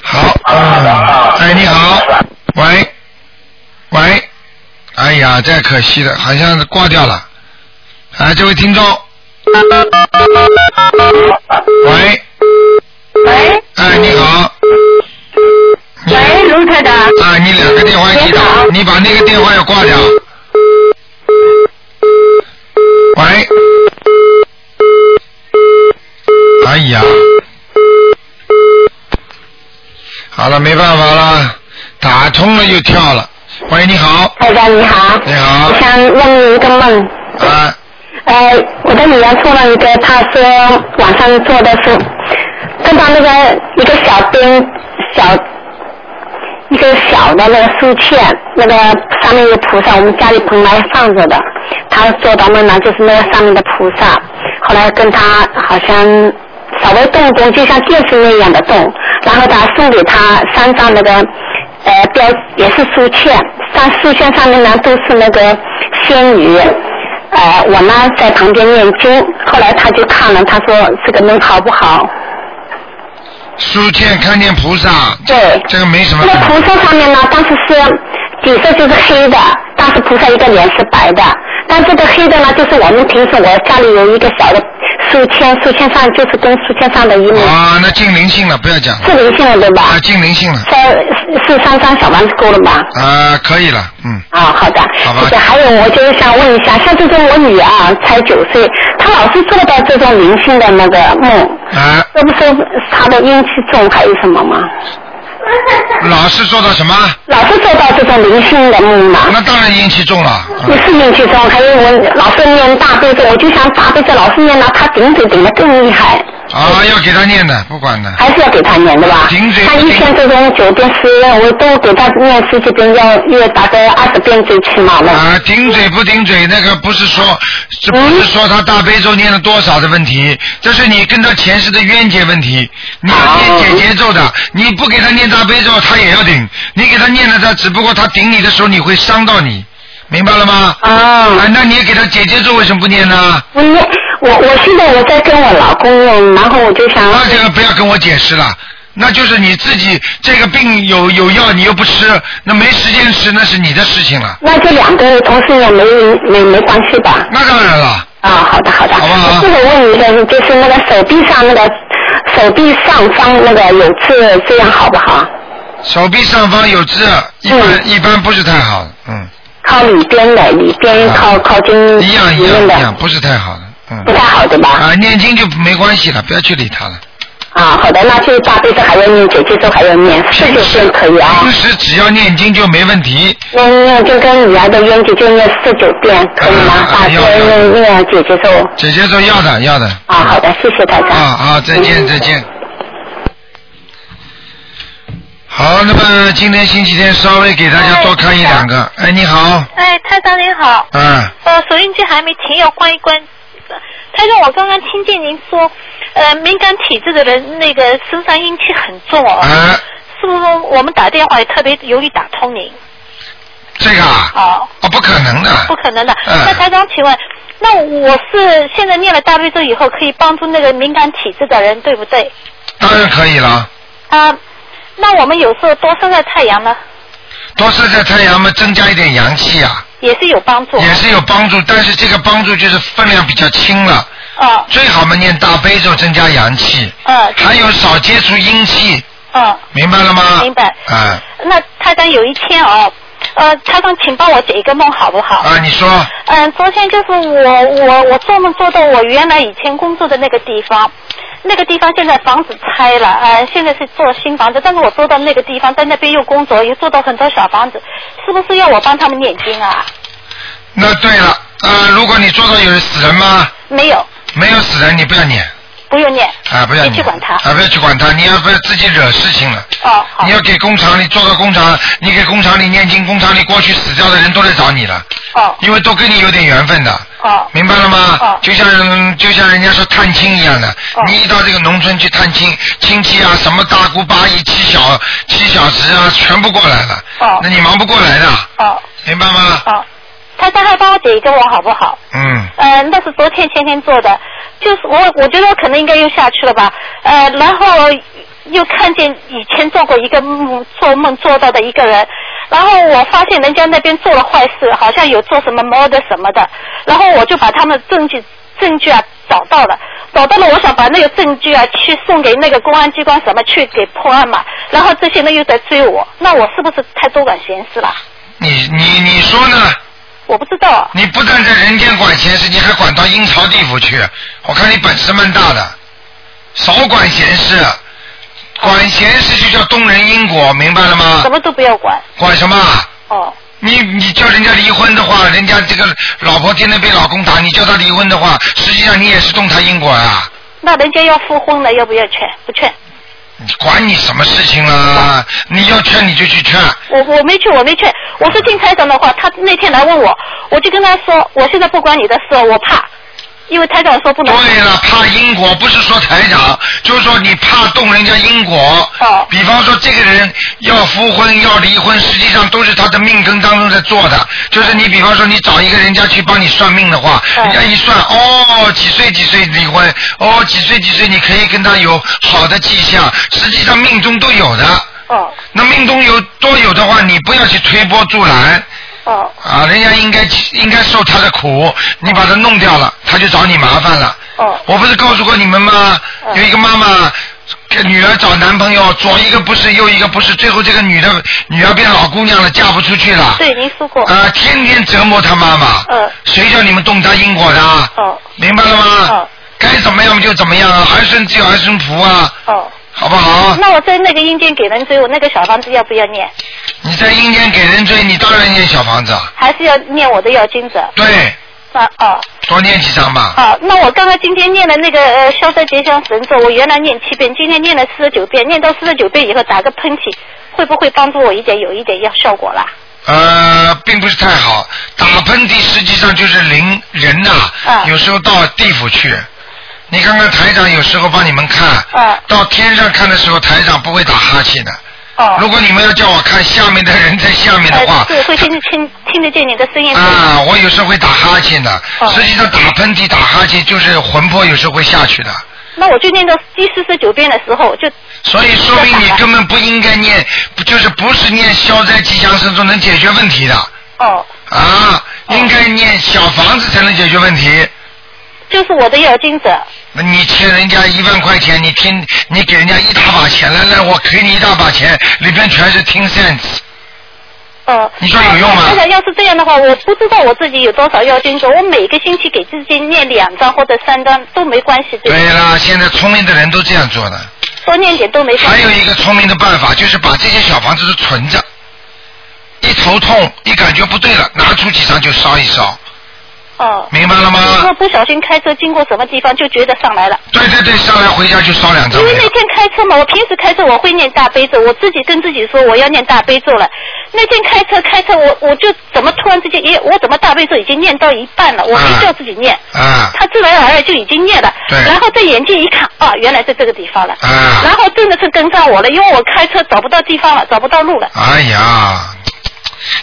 好，啊，哎，你好，喂，喂，哎呀，太可惜了，好像挂掉了。哎，这位听众，喂，喂，哎，你好，喂，卢台长。啊，你两个电话一起打，你把那个电话要挂掉。喂，哎呀，好了，没办法了，打通了又跳了。喂，你好，台长你好，你好我，想问你一个梦。啊。呃，我的女儿做了一个，她说晚上做的是，看到那个一个小兵小，一个小的那个书签，那个上面有菩萨，我们家里盆来放着的。她做到梦呢，就是那个上面的菩萨。后来跟她好像稍微动动，就像电视那样的动，然后她送给她三张那个呃标，也是书签，但书签上面呢都是那个仙女。呃，我呢在旁边念经，后来他就看了，他说这个梦好不好？书见看见菩萨，对，这个没什么那。个菩萨上面呢，当时是底色就是黑的，但是菩萨一个脸是白的，但这个黑的呢，就是我们平时我家里有一个小的书签，书签上就是跟书签上的一幕啊，那进灵性了，不要讲了。是灵性了对吧？啊，进灵性了，三是三张小丸子够了吧？啊，可以了，嗯，啊，好的，好吧谢谢。还有，我就是想问一下，像这种我女儿啊，才九岁，她老是做到这种灵性的那个梦，啊，这不是她的阴气重还有什么吗？老是做到什么？老是做到这种灵性的梦嘛？那当然阴气重了。啊也是阴气重，还有我老是念大悲咒，我就想大悲咒老是念到她顶嘴顶得更厉害，啊，要给他念的，不管的。还是要给她念的吧？顶嘴她不一顶天这种九遍十遍，我都给她念十几遍，要要达到二十遍最起码了。啊，顶嘴不顶嘴，那个不是说，这不是说他大悲咒念了多少的问题，这是你跟他前世的冤结问题。你要念解结咒的，你不给他念大悲咒，他也要顶；你给他念了，他只不过他顶你的时候，你会伤到你，明白了吗？啊，那你也给他解结咒，为什么不念呢？我念我我现在我在跟我老公念，然后我就想，那这个不要跟我解释了。那就是你自己这个病有有药你又不吃，那没时间吃那是你的事情了。那这两个同事也没没没关系吧？那当然了，啊，好的好的。好不好这个问一个，就是那个手臂上那个手臂上方那个有刺，这样好不好？手臂上方有痣，一般、一般不是太好，嗯，靠里边的，里边靠、靠近一样里一样面一的样，，不是太好的，嗯不。太好对吧？啊，念经就没关系了，不要去理他了。啊，好的，那就大悲咒还要念，姐姐咒还要念，四九遍可以啊平。时只要念经就没问题。念念就跟女儿的冤结就念四九遍，可以吗？啊大要悲要念念姐姐咒。姐姐说要的要的，啊，好的，谢嗯谢大家。啊啊，再见再见。好，那么今天星期天稍微给大家多看一两个。哎，你好，哎，台长您好，嗯，呃，收音机还没停，要关一关。台长，我刚刚听见您说，呃，敏感体质的人那个身上阴气很重哦，啊，是不是我们打电话也特别容易打通您？这个啊，哦，啊不可能的，不可能的。嗯那台长，请问，那我是现在念了大悲咒以后，可以帮助那个敏感体质的人，对不对？当然可以了。啊、那我们有时候多晒晒太阳呢，多晒晒太阳嘛，增加一点阳气啊，也是有帮助。也是有帮助。但是这个帮助就是分量比较轻了，啊，最好嘛念大悲咒增加阳气，嗯还有少接触阴气，嗯。明白了吗？明白啊那台长有一天哦，呃，台长，请帮我解一个梦好不好？啊，你说嗯，昨天就是我我我做梦做到我原来以前工作的那个地方，那个地方现在房子拆了，嗯，现在是做新房子，但是我做到那个地方，在那边又工作，又做到很多小房子，是不是要我帮他们念经啊？那对了，啊，如果你做到有人死人吗？没有，没有死人，你不要念。不不用念，啊，不要别你去管它。啊，不要去管他，你要不要自己惹事情了？哦，好你要给工厂里做个工厂，你给工厂里念经，工厂里过去死掉的人都来找你了。哦。因为都跟你有点缘分的。哦。明白了吗？哦就像就像人家说探亲一样的，你一到这个农村去探亲，亲戚啊，什么大姑八姨、七小七小侄啊，全部过来了。哦那你忙不过来的，哦明白吗？哦，他大概帮我解一个梦好不好？嗯，呃，那是昨天前天做的，就是我我觉得可能应该又下去了吧，呃，然后又看见以前做过一个梦，做梦做到的一个人，然后我发现人家那边做了坏事，好像有做什么 murder 什么的，然后我就把他们证据证据啊找到了，找到了，我想把那个证据啊去送给那个公安机关什么去给破案嘛，然后这些人又在追我，那我是不是太多管闲事了？啊你你你说呢？我不知道，你不但在人间管闲事，你还管到阴曹地府去。我看你本事蛮大的，少管闲事，管闲事就叫动人因果，明白了吗哦什？么都不要管。管什么？啊哦。你你叫人家离婚的话，人家这个老婆天天被老公打，你叫她离婚的话，实际上你也是动她因果啊！那人家要复婚了，要不要劝？不劝。你管你什么事情哦啦？你要劝你就去劝，我我没劝，我没劝。我是听台长的话，他那天来问我，我就跟他说，我现在不关你的事，我怕，因为台长说不能。对了，怕因果不是说台长，就是说你怕动人家因果。哦。比方说这个人要复婚要离婚，实际上都是他的命根当中在做的。就是你比方说你找一个人家去帮你算命的话，人家一算哦几岁几岁离婚，哦几岁几岁你可以跟他有好的迹象，实际上命中都有的。哦。那命中有都有的话，你不要去推波助澜。哦。啊，人家应该应该受他的苦，你把他弄掉了，他就找你麻烦了。哦。嗯我不是告诉过你们吗？有一个妈妈给女儿找男朋友，左一个不是，右一个不是，最后这个女的女儿变老姑娘了，嫁不出去了。对，您说过。啊，天天折磨她妈妈。嗯。谁叫你们动她因果的啊？哦。明白了吗？哦。该怎么样就怎么样啊，儿孙自有儿孙福啊，哦。好啊不好？那我在那个阴间给人追，我那个小房子要不要念？你在阴间给人追，你当然念小房子啊。还是要念我的要经者？对，啊哦多念几张吧。哦，那我刚刚今天念的那个呃消灾吉祥神咒，我原来念七遍，今天念了四十九遍，念到四十九遍以后打个喷嚏，会不会帮助我一点有一点要效果啦？呃，并不是太好。打喷嚏实际上就是灵人呐、有时候到地府去。你看看台长有时候帮你们看，到天上看的时候，台长不会打哈欠的。如果你们要叫我看下面的人在下面的话，呃对，会听得清听得见你的声音。啊，我有时候会打哈欠的。实际上打喷嚏、打哈欠就是魂魄有时候会下去的。那我就念到第四十九遍的时候就。所以说明你根本不应该念，就是不是念消灾吉祥神咒能解决问题的。哦。啊，应该念小房子才能解决问题。就是我的要经者。那你欠人家一万块钱，你听，你给人家一大把钱，来来，我给你一大把钱，里边全是听 sense。呃，你说有用吗台长，要是这样的话，我不知道我自己有多少要经者，我每个星期给自己念两张或者三张都没关系，对吧对啦，现在聪明的人都这样做的。多念点都没关还系。有一个聪明的办法，就是把这些小房子都存着，一头痛，一感觉不对了，拿出几张就烧一烧。哦。明白了吗如果不小心开车经过什么地方，就觉得上来了。对对对，上来回家就烧两张因。为那天开车嘛，我平时开车我会念大悲咒，我自己跟自己说我要念大悲咒了。那天开车开车我，我就怎么突然之间，咦，我怎么大悲咒已经念到一半了？我没叫自己念，啊他自然而然就已经念了。对然后再眼睛一看，啊，原来在这个地方了。啊然后真的是跟上我了，因为我开车找不到地方了，找不到路了。哎呀，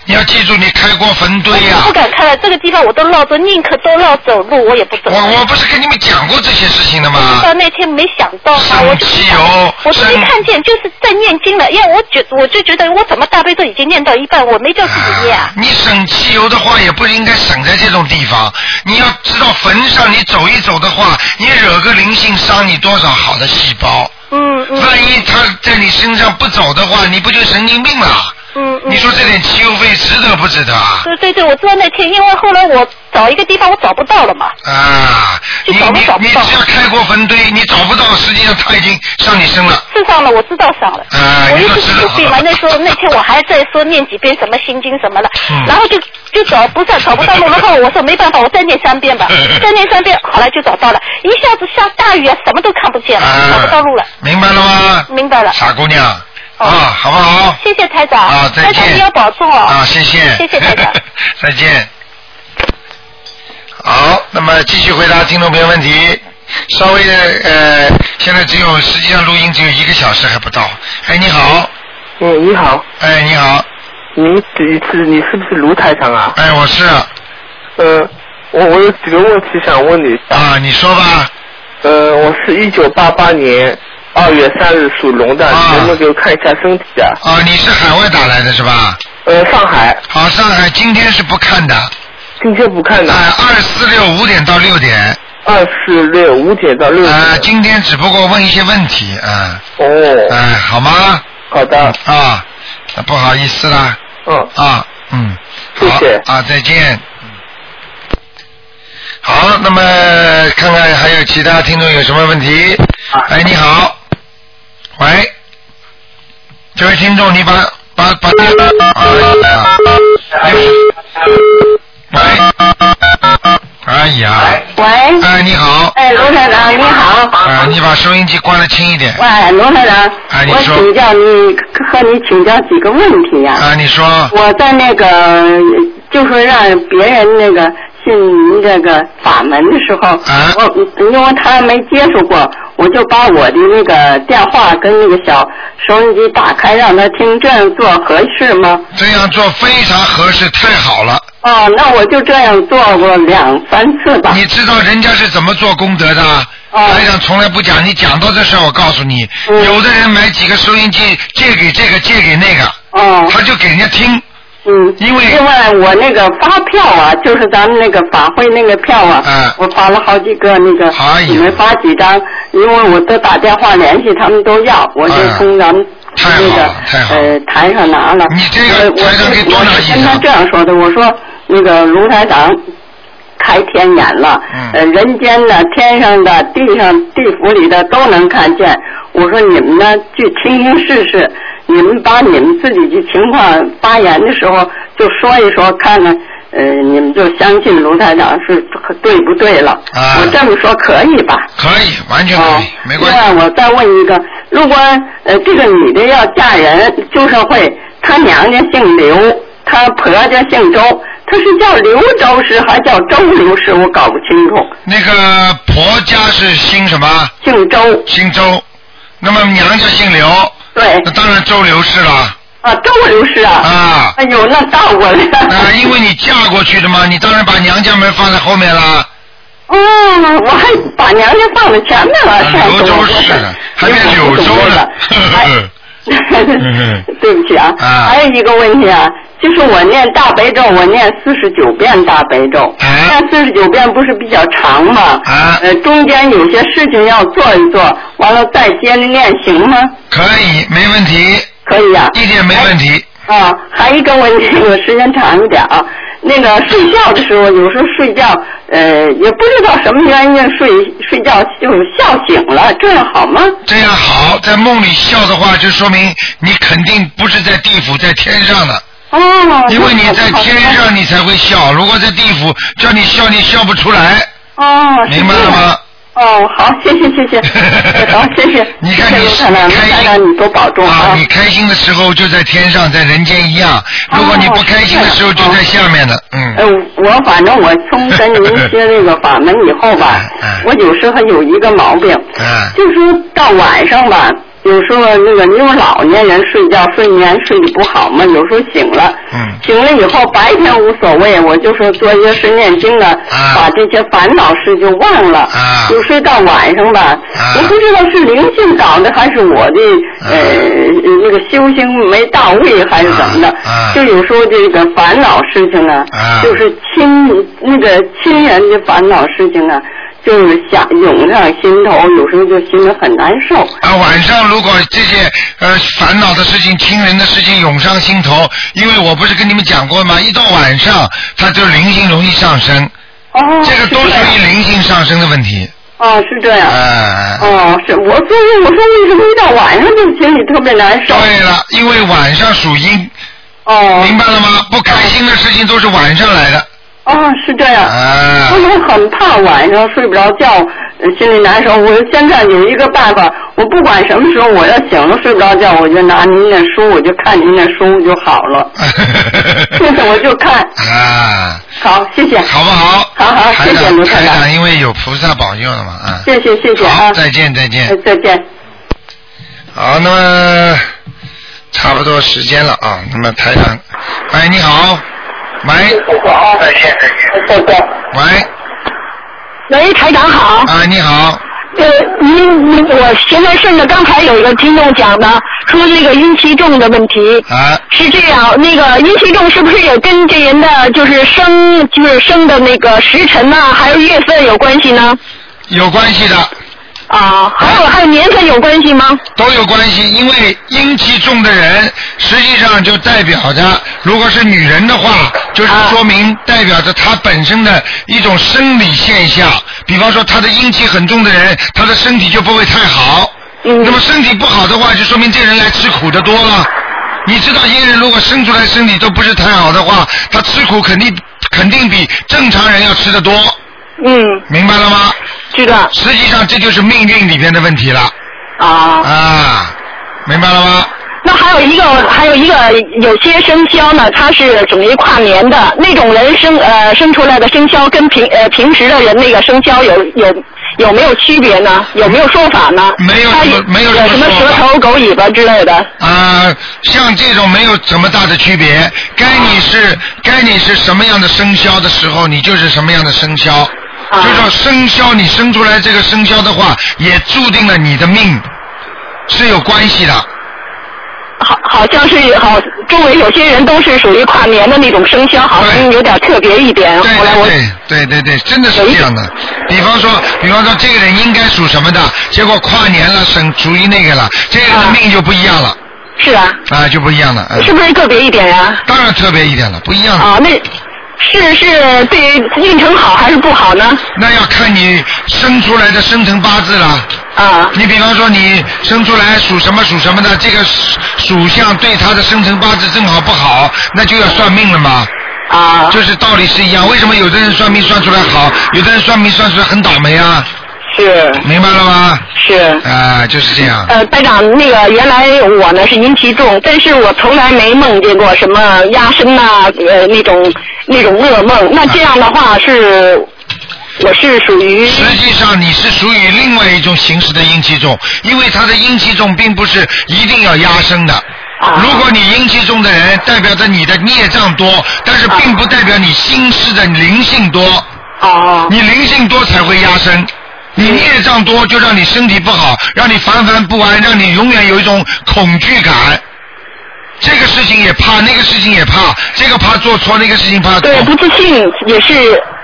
你要记住，你开过坟堆哎呀、我不敢开了，这个地方我都绕着，宁可多绕走路，我也不走。我我不是跟你们讲过这些事情的知吗？哦道那天没想到嘛，我就汽油，我都没看见，就是在念经了，因为我觉我就觉得我怎么大悲咒已经念到一半，我没叫自己念啊。你省汽油的话，也不应该省在这种地方。你要知道，坟上你走一走的话，你惹个灵性，伤你多少好的细胞。嗯嗯。万一他在你身上不走的话，你不就神经病了？嗯嗯。你说这点汽油费值得不值得啊？对对对，我知道那天，因为后来我找一个地方我找不到了嘛。啊，你你你只要开过坟堆，你找不到，实际上他已经上你身了。是上了，我知道上了。啊，我你一就直知有道病嘛，了。那时候那天我还在说念几遍什么心经什么的，嗯然后就就找不上，找不到路，然后我说没办法，我再念三遍吧，嗯再念三遍，好了就找到了，一下子下大雨啊，什么都看不见了，找不到路了。啊明白了吗？明白了。哦傻姑娘啊，好不好？谢谢台长，啊再台长见你要保重哦。啊，谢谢，谢谢台长。 <laughs> 再见。好，那么继续回答听众朋友问题。稍微的，呃，现在只有实际上录音只有一个小时还不到。哎，你好，哎，你好。哎，你好。您是是你是不是卢台长啊？哎，我是。呃，我我有几个问题想问你。啊，你说吧。呃，我是一九八八年二月三日属龙的，你能不能给我看一下身体啊？啊，你是海外打来的是吧？呃，上海。好，上海今天是不看的。今天不看的。哎，二四六五点到六点。二四六五点到六点。啊，今天只不过问一些问题啊。哦。哎，好吗？好的。啊，那不好意思啦。嗯。啊，嗯。谢谢好啊，再见。好，那么看看还有其他听众有什么问题？啊哎，你好，喂，这位听众，你把把把电哎呀，哎，哎呀，喂。哎，你好。哎，罗台长，你好。啊，你把收音机关的轻一点。喂，罗台长。哎你我说请教你，和你请教几个问题呀、啊，你说我在那个，就是让别人那个信您这个法门的时候，啊我因为他没接触过，我就把我的那个电话跟那个小收音机打开，让他听，这样做合适吗？这样做非常合适，太好了。哦，那我就这样做过两三次吧。你知道人家是怎么做功德的啊？台长从来不讲，你讲到这事儿，我告诉你，有的人买几个收音机借给这个，借给那个，他就给人家听。嗯，因为另外我那个发票啊，就是咱们那个法会那个票啊，我发了好啊几个那个，你们发几张，因为我都打电话联系他们都要，我就从咱们那个呃台上拿了。你这个台上给多拿一张。我跟他这样说的，我说那个卢台长。开天眼了，呃，人间的、天上的、地上、地府里的都能看见。我说你们呢，去听听试试，你们把你们自己的情况发言的时候就说一说，看看，呃，你们就相信卢台长是对不对了。啊我这么说可以吧？可以，完全可以，没关系。另外，我再问一个，如果呃这个女的要嫁人，就是会她娘家姓刘，她婆家姓周，她是叫刘周氏还叫周刘氏，我搞不清楚。那个婆家是姓什么？姓周。姓周，那么娘家姓刘。对。那当然周刘氏了。啊，周刘氏啊。啊。哎呦，那倒过来。啊，因为你嫁过去的嘛，你当然把娘家门放在后面啦。嗯，我还把娘家放在前面了，啊刘周氏，还变柳州了。哎 <laughs> <laughs> 嗯对不起啊，还有一个问题啊，就是我念大悲咒，我念四十九遍大悲咒，哎念四十九遍不是比较长吗？啊呃，中间有些事情要做一做，完了再接着念，行吗？可以，没问题。可以啊，一点没问题。啊，还有一个问题，我时间长一点啊。那个睡觉的时候，有时候睡觉，呃，也不知道什么原因睡睡觉就笑醒了，这样好吗？这样好，在梦里笑的话，就说明你肯定不是在地府，在天上的。哦。因为你在天上，你才会笑。如果在地府叫你笑，你笑不出来。哦，明白了吗？哦，好，谢谢 <laughs> 谢谢，好谢谢，你看你谢谢卢台长，卢台长你多保重啊啊，你开心的时候就在天上，在人间一样。如果你不开心的时候，就在下面的。嗯。呃，我反正我从跟您学那个法门以 <laughs> 后吧，哎我有时候还有一个毛病，嗯就是到晚上吧，有时候那个因为老年人睡觉睡眠睡得不好嘛，有时候醒了，嗯醒了以后白天无所谓，我就说做一些事念经的，啊把这些烦恼事就忘了，有时候到晚上啊吧，我不知道是灵性搞的还是我的啊呃那个修行没到位还是怎么的，啊就有时候这个烦恼事情啊，就是亲那个亲人的烦恼事情啊。就是想涌上心头，有时候就心里很难受。啊，晚上如果这些呃烦恼的事情、亲人的事情涌上心头，因为我不是跟你们讲过吗？一到晚上，它就灵性容易上升。哦，这个都是属样于灵性上升的问题。哦，是这样。哎、哦，是我所以我说为什么一到晚上就心里特别难受？对了，因为晚上属阴。哦。明白了吗？不开心的事情都是晚上来的。哦，是这样。啊。我也很怕晚上睡不着觉，呃心里难受。我现在有一个办法，我不管什么时候我要醒了睡不着觉，我就拿您的书，我就看您的书就好 <laughs> 了。现在我就看。啊。好，谢谢。好不好？好好，台谢谢长，卢太台太。长，因为有菩萨保佑了嘛，啊。谢谢谢谢好啊。再见再见呃再见。好，那么差不多时间了啊。那么台长，喂，你好，喂，再见再见再见。喂，喂，台长好。啊，你好。呃，您您，我现在顺着刚才有一个听众讲的，说那个阴气重的问题。啊。是这样，那个阴气重是不是也跟这人的就是生就是生的那个时辰呐、还有月份有关系呢？有关系的。啊，还有还有年份有关系吗？都有关系，因为阴气重的人，实际上就代表着，如果是女人的话，就是啊说明代表着她本身的一种生理现象。比方说，她的阴气很重的人，她的身体就不会太好。嗯。那么身体不好的话，就说明这人来吃苦的多了。你知道，一个人如果生出来身体都不是太好的话，他吃苦肯定肯定比正常人要吃的多。嗯。明白了吗？知道。实际上，这就是命运里边的问题了。啊。啊，明白了吗？那还有一个，还有一个，有些生肖呢，它是属于跨年的那种人生呃生出来的生肖跟平呃平时的人那个生肖有有有没有区别呢？有没有说法呢？没有它什么呃没有有什什么么说蛇法头狗尾巴之类的。啊、像这种没有什么大的区别，该你啊是该你是什么样的生肖的时候，你就是什么样的生肖。啊就说生肖，你生出来这个生肖的话，也注定了你的命是有关系的。好，好像是好，周围有些人都是属于跨年的那种生肖，好像有点特别一点。后来我对对对，真的是这样的。比方说，比方说这个人应该属什么的，结果跨年了，省属于那个了，这个人的命就不一样了。是啊，啊，就不一样了。嗯是不是个别一点呀、当然特别一点了，不一样了。啊？那是是对运程好还是不好呢？那要看你生出来的生辰八字了。啊。你比方说你生出来属什么属什么的，这个属属相对他的生辰八字正好不好，那就要算命了嘛。啊。就是道理是一样，为什么有的人算命算出来好，有的人算命算出来很倒霉啊？是。明白了吗？是。啊，就是这样。呃，班长，那个原来我呢是阴气重，但是我从来没梦见过什么压身呐、呃那种那种噩梦。那这样的话是，我是属于实际上你是属于另外一种形式的阴气重，因为它的阴气重并不是一定要压生的。啊如果你阴气重的人，代表着你的孽障多，但是并不代表你心事的灵性多。哦。你灵性多才会压生。你孽障多，就让你身体不好，让你烦烦不安，让你永远有一种恐惧感。这个事情也怕，那个事情也怕，这个怕做错，那个事情怕做。对，不自信也是。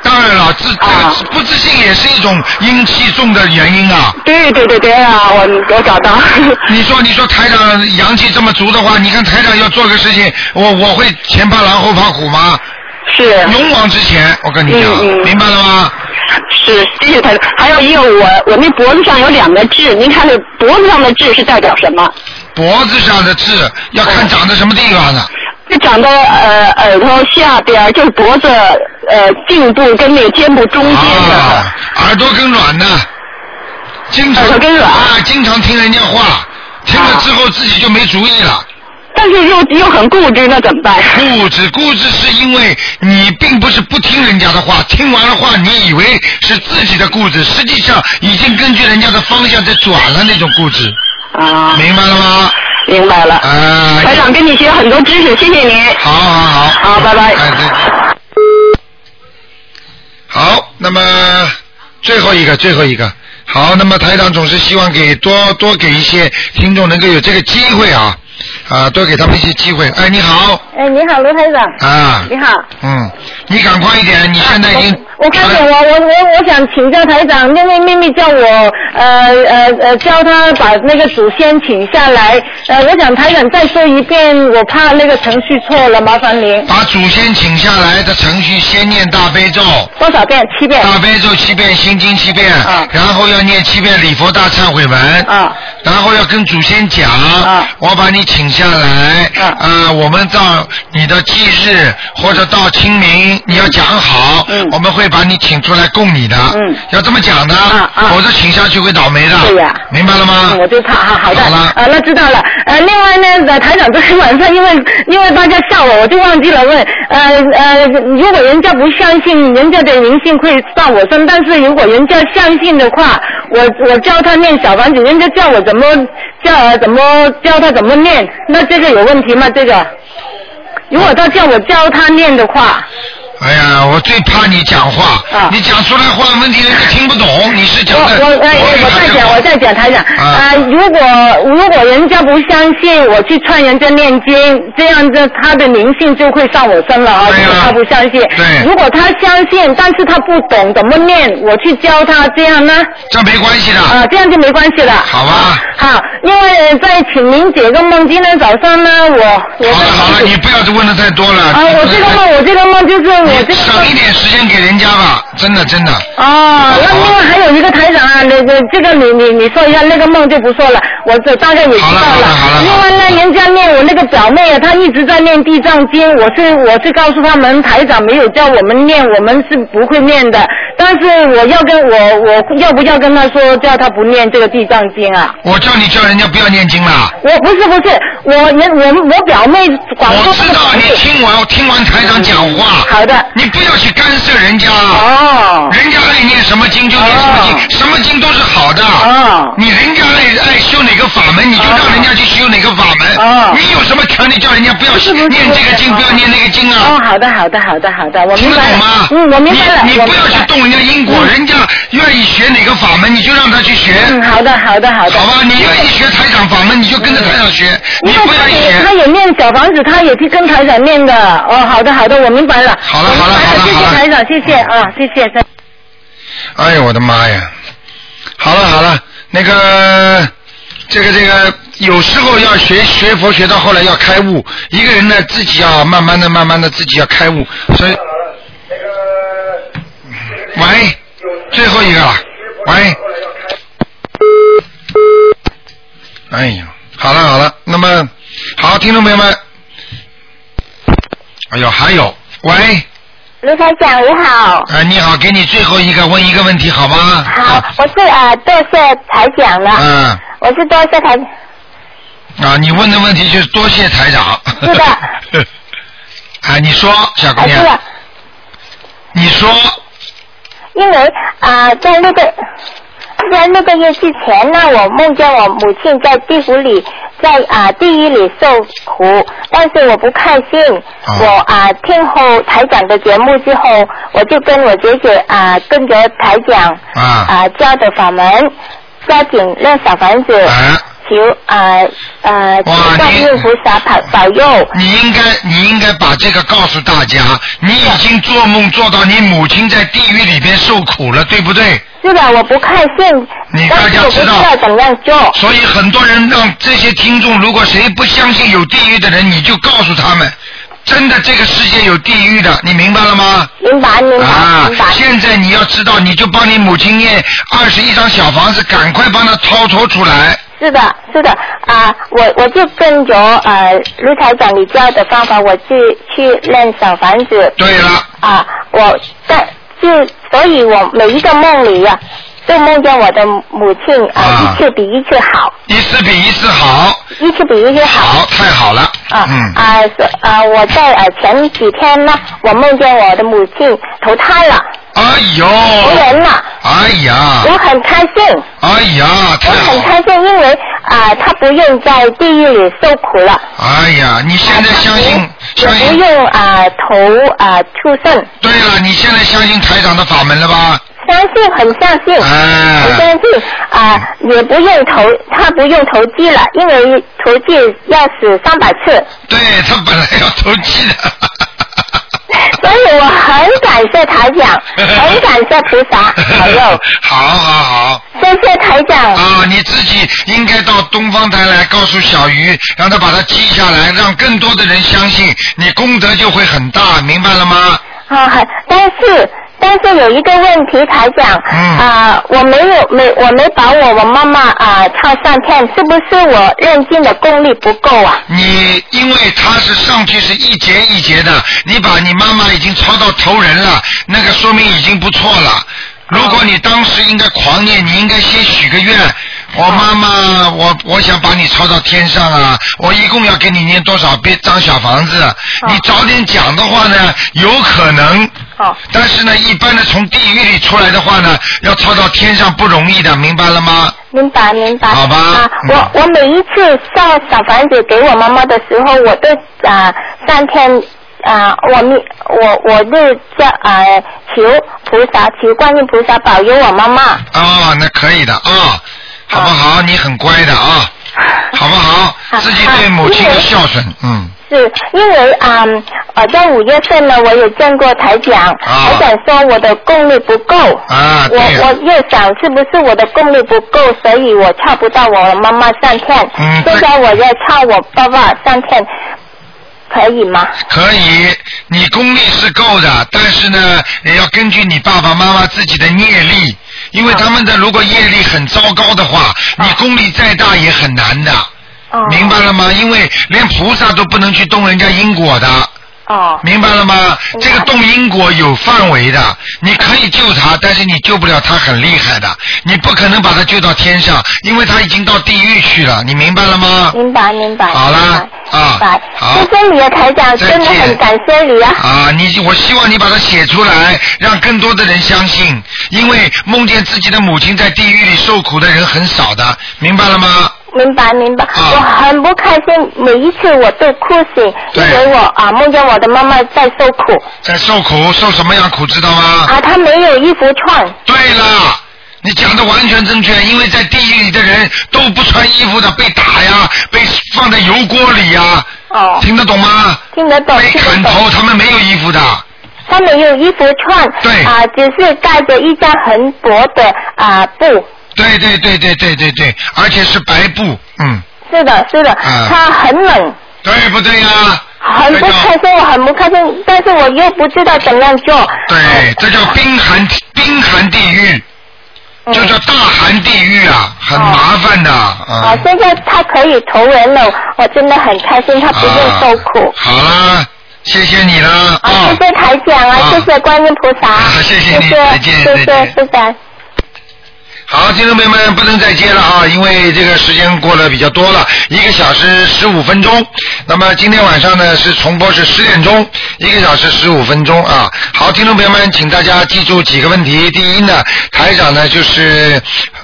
当然了，自、啊这个不自信也是一种阴气重的原因啊。对对对对啊，我我找到。 <laughs> 你说你说台长阳气这么足的话，你看台长要做个事情，我我会前怕狼后怕虎吗？是。勇往直前，我跟你讲，嗯嗯明白了吗？是谢谢台长。还有一个我我那脖子上有两个痣，您看这脖子上的痣是代表什么？脖子上的痣要看长在什么地方呢？就长在呃耳朵下边儿，就是脖子呃颈部跟那个肩部中间的。啊耳朵跟软呢，经常啊，经常听人家话，听了之后自己就没主意了。 <laughs> 但是又又很固执，那怎么办？固执，固执是因为你并不是不听人家的话，听完了话你以为是自己的固执，实际上已经根据人家的方向在转了那种固执。啊。明白了吗？明白了。啊。台长跟你学很多知识，谢谢您。好好好。好，拜拜。哎，对。好，那么最后一个，最后一个。好，那么台长总是希望给多多给一些听众能够有这个机会啊，啊，多给他们一些机会。哎，你好，哎，你好，卢台长。啊你好。嗯，你赶快一点，你现在已经啊我开始我我我我想请教台长，因为妹妹叫我呃呃呃教她把那个祖先请下来，呃，我想台长再说一遍，我怕那个程序错了，麻烦您。把祖先请下来的程序，先念大悲咒。多少遍？七遍。啊大悲咒七遍，心经七遍，然后要念七遍礼佛大忏悔文，然后要跟祖先讲，啊我把你请下来，啊，我们到你的忌日或者到清明，你要讲好，嗯我们会把你请出来供你的，要这么讲的，否则请下去会倒霉的，啊对呀明白了吗？我就怕啊，好的，好了啊，那知道了。呃，另外呢，呃台长昨天晚上因为因为大家笑我，我就忘记了问，呃呃，如果人家不相信，人家的灵性会到我身，但是如果人家相信的话，我我教他念小房子，人家叫我怎么叫呃怎么教他怎么念，那这个有问题吗？这个，如果他叫我教他念的话，哎呀，我最怕你讲话，你讲出来话，问题人家听不懂，你是我讲的。我呃我再讲我再讲台长啊、呃如果如果人家不相信我去劝人家念经，这样子他的灵性就会上我身了啊！如果他不相信，对，如果他相信，但是他不懂怎么念，我去教他这样呢？这没关系的啊、这样就没关系了。好吧。好，因为呃在请您解个梦，今天早上呢，我我好了好了，你不要问的太多了。啊我这个梦我这个梦就是我这个省一点时间给人家吧，真的真的。哦，那另外还有一个台长啊，那个这个你你你说一下，那个梦就不说了，我这大概也知道了。另外呢，人家念我那个表妹啊，她一直在念地藏经，我是我是告诉他们台长没有叫我们念，我们是不会念的。但是我要跟我我要不要跟她说叫她不念这个地藏经啊？我叫你叫人家不要念经了。我不是不是，我人我我表妹广州知道你听完听完台长讲话。好的。你不要去干涉人家。哦。人家爱念什么经就念什么经，哦什么经都是好的。哦。你人家爱爱修哪个法门，你就让人家去修哪个法门。哦。你有什么权利叫人家不要念这个经，不要念那个经啊？哦，好的，好的，好的，好的，我明白了。嗯，我你明白了。你不要去动人家因果，人家愿意学哪个法门，你就让他去学。嗯，好的，好的，好的。嗯好吧，你愿意学台长法门，你就跟着台长学。你不愿意学，他也念小房子，他也去跟台长念的。哦，好的，好的，我明白了。好了，好了，好了，谢谢台长，谢谢啊，谢谢。再哎呦我的妈呀！好了好了，那个这个这个，有时候要学学佛学到后来要开悟，一个人呢自己要慢慢的慢慢的自己要开悟，所以。喂，最后一个了，喂。哎呦，好了好了，那么好，听众朋友们，哎呦还有，喂，卢台长你好，哎你好，给你最后一个问一个问题好吗？好，我是呃多谢台长了，嗯。我是多谢台，啊，你问的问题就是多谢台长。是 <laughs> 的。啊，你说，小姑啊娘。是的，你说，因为啊、呃在那个在那个月之前呢，我梦见我母亲在地府里，在啊、呃地狱里受苦，但是我不开心。我啊、呃听后台长的节目之后，我就跟我姐姐啊、呃跟着台长啊、呃教的法门，抓紧练小房子，求啊啊求观世音菩萨保保佑。你应该你应该把这个告诉大家，你已经做梦做到你母亲在地狱里边受苦了，对不对？是的，我不看信，你但大是家我不知知道道怎么样做。所以很多人让这些听众，如果谁不相信有地狱的人，你就告诉他们，真的这个世界有地狱的，你明白了吗？明白，明白，啊！现在你要知道，你就帮你母亲念二十一张小房子，赶快帮她超脱出来。是的，是的，啊，我我就跟着呃卢台长你教的方法，我去去练小房子。对了。啊，我但就所以，我每一个梦里呀、都梦见我的母亲啊，一次比一次好，一次比一次好。一次比一次好，太好了。啊、嗯。啊所啊！我在呃前几天呢，我梦见我的母亲投胎了，哎呦！投人了。哎呀！我很开心。哎呀！我很开心，因为啊、他不用在地狱里受苦了，哎呀，你现在相啊信也不用啊、投啊、畜生。对了，你现在相信台长的法门了吧？相信，很相信，很相信啊、也不用投，他不用投机了，因为投哎机要死三百次。对他本来要投机的。所以我很感谢台 <laughs> 长，很感谢菩萨，还有 <laughs> 好好好。谢谢台长。啊，你自己应该到东方台来告诉小鱼，让他把它记下来，让更多的人相信，你功德就会很大，明白了吗？啊，很但是但是有一个问题，台长，嗯啊、我没有没我没把我我妈妈啊、唱上天，是不是我认经的功力不够啊？你因为它是上去是一节一节的，你把你妈妈已经抄到头人了，那个说明已经不错了。如果你当时应该狂念，你应该先许个愿，我妈妈，我我想把你抄到天上啊！我一共要给你念多少遍张小房子？你早点讲的话呢，有可能。但是呢，一般的从地狱里出来的话呢，要抄到天上不容易的，明白了吗？明白明白。好吧嗯啊，我我每一次上小房子给我妈妈的时候，我都啊、上天啊、我们我我就叫啊、求菩萨求观音菩萨保佑我妈妈。啊、那可以的啊、好不好？你很乖的啊、好不好？啊自己对母亲的孝顺，嗯，是因为啊、嗯呃，在五月份呢，我有见过台长，台长说我的功力不够，啊，我我又想是不是我的功力不够，所以我唱不到我妈妈上天，嗯现在我要唱我爸爸上天，可以吗？可以，你功力是够的，但是呢，也要根据你爸爸妈妈自己的业力，因为他们的如果业力很糟糕的话，你功力再大也很难的。明白了吗？因为连菩萨都不能去动人家因果的。哦。明白了吗？这个动因果有范围的，你可以救他，但是你救不了他很厉害的，你不可能把他救到天上，因为他已经到地狱去了，你明白了吗？明白明白。好啦，明白。好谢谢你啊，台长，真的很感谢你啊。啊，你我希望你把它写出来，让更多的人相信，因为梦见自己的母亲在地狱里受苦的人很少的，明白了吗？明白明白，啊我很不开心，每一次我都哭醒，因为我啊梦见我的妈妈在受苦，在受苦，受什么样苦知道吗？啊她没有衣服穿。对了，你讲的完全正确，因为在地狱里的人都不穿衣服的，被打呀，被放在油锅里呀。哦。听得懂吗？听得懂。被砍头，他们没有衣服的。她没有衣服穿，对啊只是盖着一张很薄的啊布。对对对对对对对，而且是白布，嗯。是的，是的，啊她很冷。对不对呀、很不开心，我很不开心，但是我又不知道怎样做。啊对，这叫冰寒冰寒地狱，就叫大寒地狱啊，很麻烦的啊。啊，现在她可以投人了，我真的很开心，她不用受苦。好啦，谢谢你啦，啊，谢谢台长啊，谢谢观音菩萨，啊谢谢谢你，再见谢再见。谢谢谢。好，听众朋友们，不能再接了啊，因为这个时间过得比较多了，一个小时十五分钟。那么今天晚上呢是重播是十点钟，一个小时十五分钟啊。好，听众朋友们，请大家记住几个问题。第一呢，台长呢就是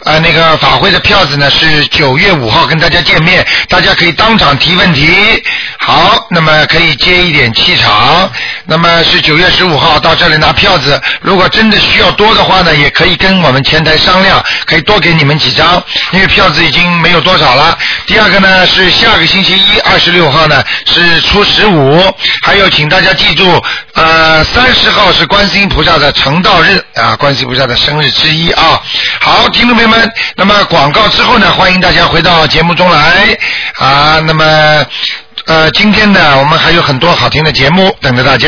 呃那个法会的票子呢是九月五号跟大家见面，大家可以当场提问题。好，那么可以接一点气场，那么是九月十五号到这里拿票子。如果真的需要多的话呢，也可以跟我们前台商量，可以多给你们几张，因为票子已经没有多少了。第二个呢是下个星期一二十六号呢是初十五，还有请大家记住，呃，三十号是观世音菩萨的成道日啊，观世音菩萨的生日之一啊。好，听众朋友们，那么广告之后呢，欢迎大家回到节目中来啊，那么。呃，今天呢，我们还有很多好听的节目等着大家。